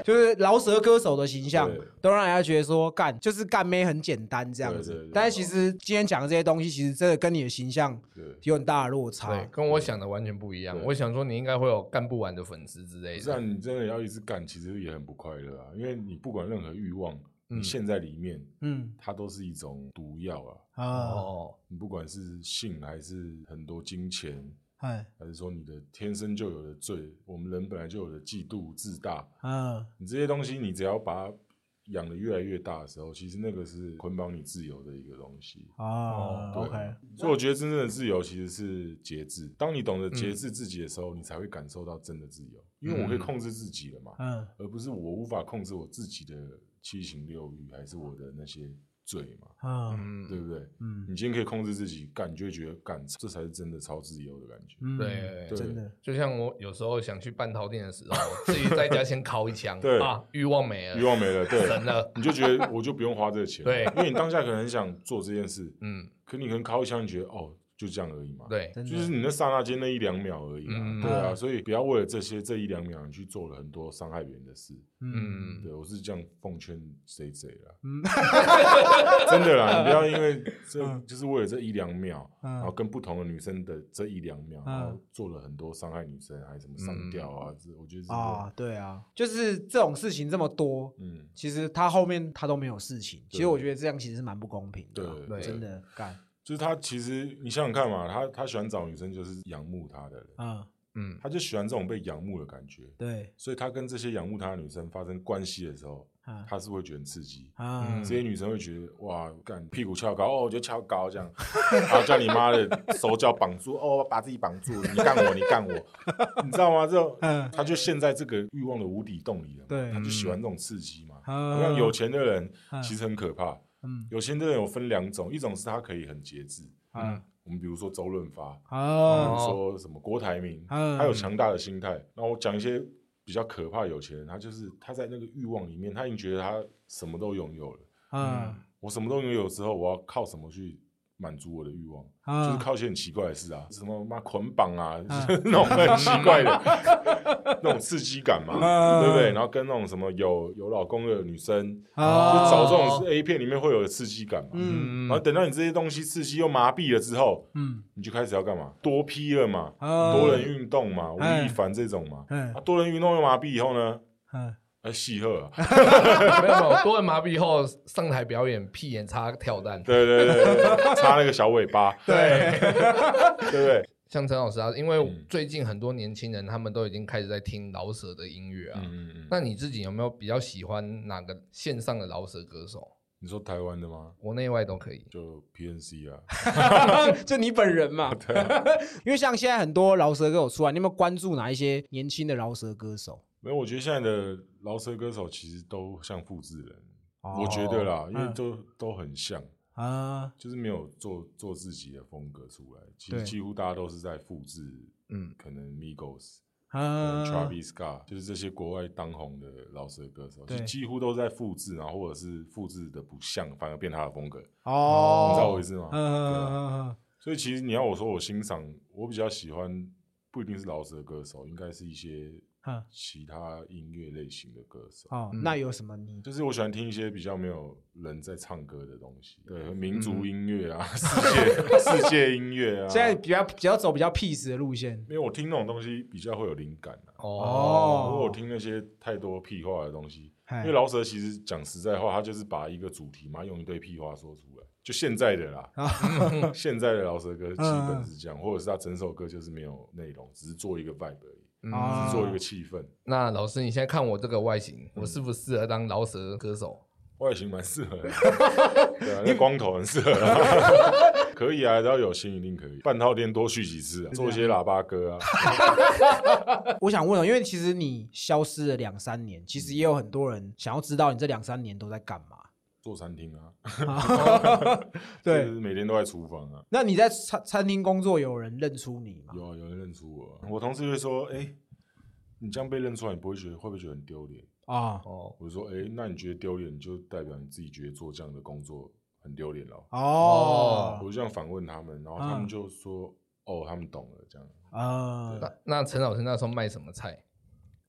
S2: 就是饶舌歌手的形象
S4: 对，
S2: 都让人家觉得说干就是干妹很简单这样
S4: 对对
S2: 子
S4: 对。
S2: 但是其实今天讲的这些东西，其实真的跟你的形象
S4: 对，
S2: 有很大的落
S1: 对
S2: 差，。
S1: 跟我想的完全不一样。
S4: 对
S1: 我想说你应该会有干不完的粉丝之类
S4: 这
S1: 的。
S4: 样你真的要一直干，其实也很不快乐啊，因为你不管任何欲望，
S1: 嗯
S4: 你陷在里面，
S2: 嗯
S4: 它都是一种毒药啊。
S2: 啊，
S1: 哦，
S4: 你不管是性还是很多金钱，
S2: 哎，
S4: 还是说你的天生就有的罪，我们人本来就有的嫉妒、自大，
S2: 嗯，
S4: 你这些东西，你只要把它养得越来越大的时候，其实那个是捆绑你自由的一个东西。
S2: 哦
S4: 对
S2: ，OK，
S4: 所以我觉得真正的自由其实是节制。当你懂
S2: 嗯
S4: 得节制自己的时候，你才会感受到真的自由，因为我可以控制自己了嘛，
S2: 嗯
S4: 而不是我无法控制我自己的七情六欲，还是我的那些罪嘛，
S2: 嗯
S4: 对
S1: 嗯，
S4: 不对？
S2: 嗯
S4: 你今天可以控制自己，干你就会觉得干，这才是真的超自由的感觉。
S2: 嗯，
S1: 对
S4: 对
S2: 真的，
S1: 就像我有时候想去半套店的时候， 自己在家先敲一枪，
S4: 对
S1: 啊，欲望没了，
S4: 欲望没 了，
S1: 神
S4: 对，
S1: 了，
S4: 你就觉得我就不用花这个钱，
S1: 对
S4: 因为你当下可能很想做这件事，
S1: 嗯，
S4: 可你可能靠一枪，你觉得哦，就这样而已嘛，，
S1: 对，
S2: 真
S4: 就是
S2: 的，
S4: 你那刹那间那一两秒而已
S1: 嗯
S4: 啊，对啊，
S2: 嗯
S4: 所以不要为了这些这一两秒，你去做了很多伤害别人的事，
S2: 嗯
S1: 嗯，
S4: 对我是这样奉劝 J J 啦，
S2: 嗯
S4: 真的啦，你不要因为这就是为了这一两秒，
S2: 嗯
S4: 然后跟不同的女生的这一两秒，
S2: 嗯
S4: 然后做了很多伤害女生，还什么上吊
S1: 嗯
S4: 啊，这我觉得是
S2: 啊，对啊，就是这种事情这么多。
S4: 嗯，
S2: 其实他后面他都没有事情，其实
S4: 对
S2: 我觉得这样其实是蛮不公平的啦，
S4: 对
S2: 真的干，
S4: 就是他其实你想想看嘛，他他喜欢找女生就是仰慕他的人，
S2: 嗯，
S1: 嗯，
S4: 他就喜欢这种被仰慕的感觉，
S2: 对，
S4: 所以他跟这些仰慕他的女生发生关系的时候，
S2: 啊
S4: 他是会觉得很刺激。
S2: 啊，
S1: 嗯
S4: 这些女生会觉得哇，干屁股翘高哦，我就翘高这样，然后叫你妈的手脚绑住哦，把自己绑住，你干我，你干我，你知道吗？这种
S2: 嗯
S4: 他就陷在这个欲望的无底洞里了嘛，
S2: 对
S4: 他就喜欢这种刺激嘛。
S2: 嗯
S4: 像有钱的人
S2: 嗯
S4: 其实很可怕，
S2: 嗯
S4: 有钱的人有分两种，一种是他可以很节制，
S2: 啊
S4: 我们比如说周润发，比
S2: 啊
S4: 如说什么郭台铭，
S2: 嗯
S4: 他有强大的心态。那我讲一些比较可怕的有钱人，他就是他在那个欲望里面，他已经觉得他什么都拥有了。
S2: 啊
S4: 我什么都拥有之后，我要靠什么去满足我的欲望？
S2: 啊
S4: 嗯就是靠一些很奇怪的事啊，什么妈捆绑啊，
S2: 嗯
S4: 那种很奇怪的那种刺激感嘛，
S2: 嗯
S4: 对不对？然后跟那种什么有有老公的女生，就
S2: 啊
S4: 找这种 A 片里面会有的刺激感嘛。
S2: 嗯
S4: 然后等到你这些东西刺激又麻痹了之后，
S2: 嗯
S4: 你就开始要干嘛？多批了嘛，
S2: 啊
S4: 多人运动嘛，吴
S2: 哎
S4: 亦凡这种嘛。
S2: 嗯
S4: 啊，多人运动又麻痹以后呢，
S2: 嗯
S4: 呃，戏鹤啊，
S1: 没有没有，多人麻痹后上台表演，屁眼叉跳蛋，
S4: 对对对对，对插那个小尾巴，
S2: 对
S4: 对不对？
S1: 像陈老师啊，因为
S4: 嗯
S1: 最近很多年轻人他们都已经开始在听老舍的音乐啊。
S4: 嗯嗯嗯。
S1: 那你自己有没有比较喜欢哪个线上的老舍歌手？
S4: 你说台湾的吗？
S1: 国内外都可以。
S4: 就 PNC 啊，
S2: 嗯 就你本人嘛。 因为像现在很多饶舌歌手出来，你有没有关注哪一些年轻的饶舌歌手？
S4: 没有，我觉得现在的饶舌歌手其实都像复制人，我觉得啦，因为
S2: 嗯
S4: 都、都很像，
S2: 啊，
S4: 就是没有做做自己的风格出来。其
S2: 对
S4: 实几乎大家都是在复制，
S1: 嗯，
S4: 可能 Migos、
S2: 啊
S4: Travis Scott，就是这些国外当红的饶舌歌手，
S2: 对
S4: 就几乎都在复制，然后或者是复制的不像，反而变他的风格。
S2: 哦，
S4: 你知道我意思吗？
S2: 嗯嗯嗯
S4: 对啊
S2: 嗯嗯
S4: 所以其实你要我说，我欣赏，我比较喜欢，不一定是饶舌歌手，应该是一些
S2: 嗯
S4: 其他音乐类型的歌手。
S2: 哦，那有什么你？
S4: 就是我喜欢听一些比较没有人在唱歌的东西，对，民族音乐啊，世界世界音乐啊。
S2: 嗯 现在比较比较走比较 peace 的路线
S4: 因为我听那种东西比较会有灵感啊。
S2: 哦哎
S4: 如果我听那些太多屁话的东西，
S2: 嘿
S4: 因为老舍其实讲实在话，他就是把一个主题嘛，用一堆屁话说出来。就现在的啦，
S2: 啊 嗯
S4: 现在的老舍歌基本是这样，或者是他整首歌就是没有内容，只是做一个 vibe 而已，
S1: 嗯
S2: 啊
S4: 只做一个气氛。
S1: 那老师，你现在看我这个外形，我适不适合当饶舌歌手？
S4: 外形蛮适合 的，对啊，那光头很适合 啊，可以啊，只要有心一定可以。半套店多续几次啊，做一些喇叭歌啊，
S2: 我想问了，哦因为其实你消失了两三年，其实也有很多人想要知道你这两三年都在干嘛。
S4: 做餐厅啊，
S2: 对
S4: 就是每天都在厨房啊。
S2: 那你在餐餐厅工作，有人认出你吗？
S4: 有啊，有人认出我啊、我同事会说：“哎、你这样被认出来，你不会觉得会不会觉得很丢脸
S2: 啊？”
S1: 哦，
S4: 我就说：“哎、那你觉得丢脸，就代表你自己觉得做这样的工作很丢脸了。
S2: 哦
S4: 我就这样反问他们，然后他
S2: 嗯
S4: 们就说：“哦，他们懂了。”这样，
S2: 啊，
S1: 那那陈老师那时候卖什么菜？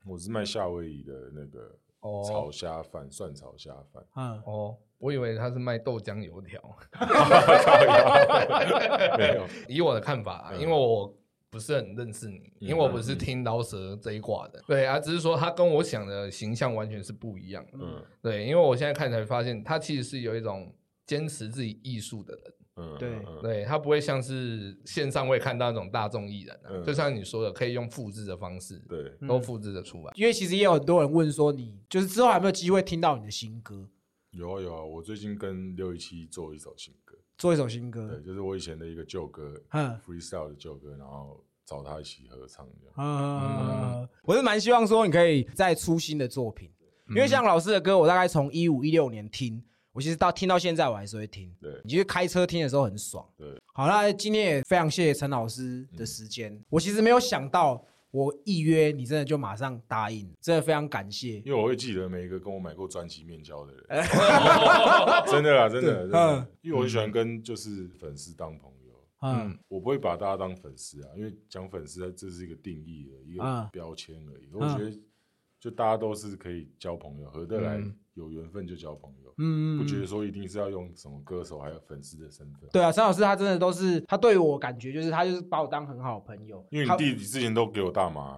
S4: 我是卖夏威夷的那个
S1: 哦
S4: 炒虾饭，蒜炒虾饭。
S2: 嗯，
S1: 哦，我以为他是卖豆浆油条。
S4: 没有，
S1: 以我的看法、啊，
S4: 嗯
S1: 因为我不是很认识你，因为我不是听饶舌这一挂的。对啊，只是说他跟我想的形象完全是不一样的。
S4: 嗯
S1: 对，因为我现在看才发现，他其实是有一种坚持自己艺术的人。
S4: 嗯，
S2: 对
S4: 嗯嗯
S1: 对他不会像是线上会看到那种大众艺人、啊，
S4: 嗯
S1: 就像你说的，可以用复制的方式，
S4: 对，
S1: 都复制的出来。
S2: 因为其实也有很多人问说你，就是之后还有没有机会听到你的新歌，
S4: 有啊有啊。我最近跟六一七做一首新歌，
S2: 做一首新
S4: 对，
S2: 歌。
S4: 就是我以前的一个旧歌
S2: 嗯
S4: ，freestyle 的旧歌，然后找他一起合唱这样。
S2: 嗯，我是蛮希望说你可以再出新的作品，因
S4: 嗯
S2: 为像老师的歌，我大概从一五一六年听，我其实到听到现在我还是会听。
S4: 对
S2: 你就是开车听的时候很爽。
S4: 对，
S2: 好，那今天也非常谢谢陈老师的时间，
S4: 嗯
S2: 我其实没有想到。我一约你，真的就马上答应，真的非常感谢。
S4: 因为我会记得每一个跟我买过专辑面交的人，
S2: 哎
S4: 真的啦，真的，真的，因为我很喜欢跟就是粉丝当朋友，
S2: 嗯
S4: 我不会把大家当粉丝啊，因为讲粉丝这是一个定义的一
S2: 嗯
S4: 个标签而已。我觉得就大家都是可以交朋友，合得来，有缘分就交朋友，
S2: 嗯
S4: 不觉得说一定是要用什么歌手还有粉丝的身份。
S2: 对啊，陈老师他真的都是，他对我感觉就是他就是把我当很好的朋友。
S4: 因为
S2: 他
S4: 你弟弟之前都给我大 麻，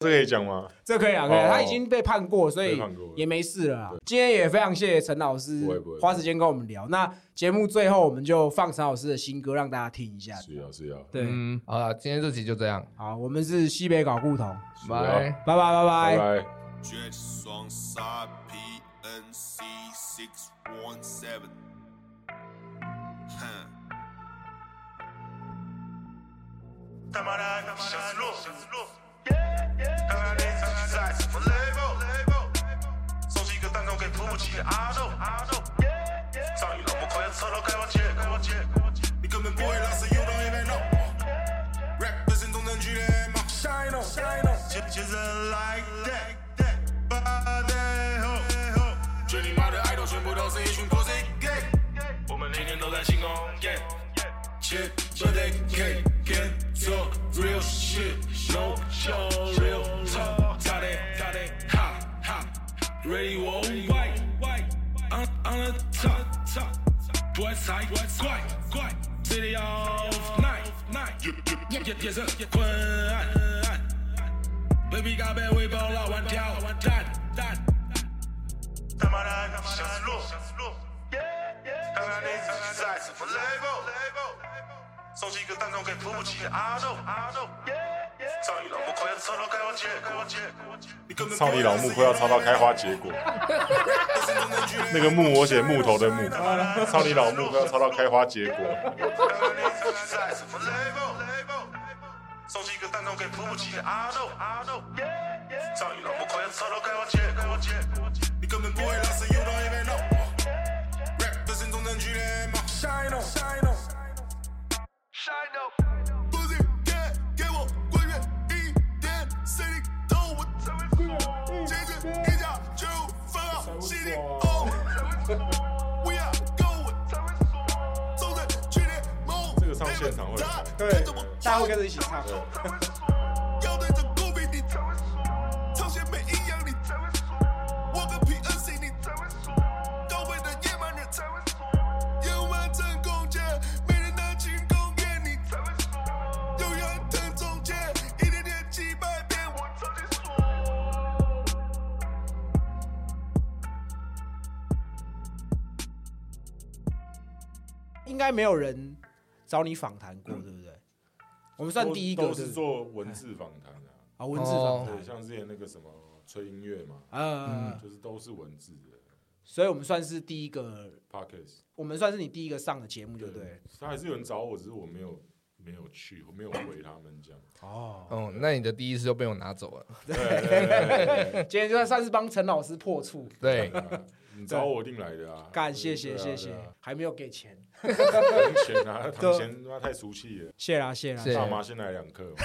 S4: 这可以讲吗？
S2: 这可以啊，可以啊，
S4: 哦
S2: 他已经被判过，所以
S4: 被判过了
S2: 也没事了啊。今天也非常谢谢陈老师
S4: 不会不会
S2: 花时间跟我们聊。那节目最后我们就放陈老师的新歌让大家听一下。
S4: 是啊要是要，
S2: 对，
S1: 嗯，好了，今天这集就这样，
S2: 好，我们是西北搞故同，
S4: 是
S1: 拜。
S4: 啊
S2: 拜拜拜
S4: 拜
S2: 拜。
S4: 拜。
S3: Judge Song Side PNC 617. Huh. Tamara, сейчас лов. Канадец, зайцев, лейбл. 手机一个弹弓给突不起的阿斗。上一老婆快要抽到开花节，你根本不会拉屎，You don't even know。Represent 中正区联盟。Shine on, shine on. Just like that, that, body ho. 全你妈的爱豆全部都是一群 pussy gay。我们天天都在进攻 gay。Chip, but they can't get to real shit. No show, real talk. Got it, got it, ha, ha. Ready, whoa, white, white. On, on the top, top. West side, west side, quite. City of night, night. Yeah, yeah, yeah, yeah. 昏暗。baby 咖啡微包老玩跳蛋蛋。他妈的，想死路，想死路。当然你自己在什么 level？送去一个蛋糕给扶不起的阿肉，阿肉，操你老母，快要操到开花结果，你根本
S4: 操你老木，快要操到开花结果。那个木我写木头的木，操你老木，快要操到开花结果。
S3: 在什么 level level？送去一个蛋糕给扶不起的阿肉，阿肉，操你老母，快要操到开花结果，你根本不会拉伸，You don't even know。Rap 的心中占据联盟，Shine on Shine on Shine on。不仅给给我滚远一点，谁你懂我？解决一下就分好，心里 on。We are going，走在去年梦。
S4: 这个上现场会
S2: 对，大家会跟着一起唱。
S3: 要对着酷比你才会输，超前没营养你才会输，我跟 PNC 你才会输，高贵的野蛮人才会输，夜晚成功街，没人拿进攻业你才会输，有人疼中间，一天天几百遍我超级输。
S2: 应该没有人找你访谈过，对不对？我们算第一个，
S4: 嗯
S2: 对
S4: 都是
S2: 不对？
S4: 做文字访谈的、啊，
S2: 啊，文字访
S4: 对，嗯
S2: 谈，
S4: 像之前那个什么吹音乐嘛，
S2: 呃，
S4: 就是都是文字的
S2: 所以我们算是第一个，
S4: podcast。
S2: 我们算是你第一个上的节目，对不对？，
S4: 他还是有人找我，只是我没有没有去，我没有回他们这样。
S2: 哦，
S1: 哦，那你的第一次就被我拿走了。
S4: 对对对对对
S2: 今天就算是帮陈老师破处，
S1: 对，
S4: 啊你找我一定来的啊！
S2: 感谢谢
S4: 对
S2: 谢
S4: 啊
S2: 谢
S4: 对啊，
S2: 还没有给钱，
S4: 唐钱啊，唐钱他妈太俗气了，
S2: 谢啦谢啦
S1: 谢对
S4: 大麻先来两克嘛。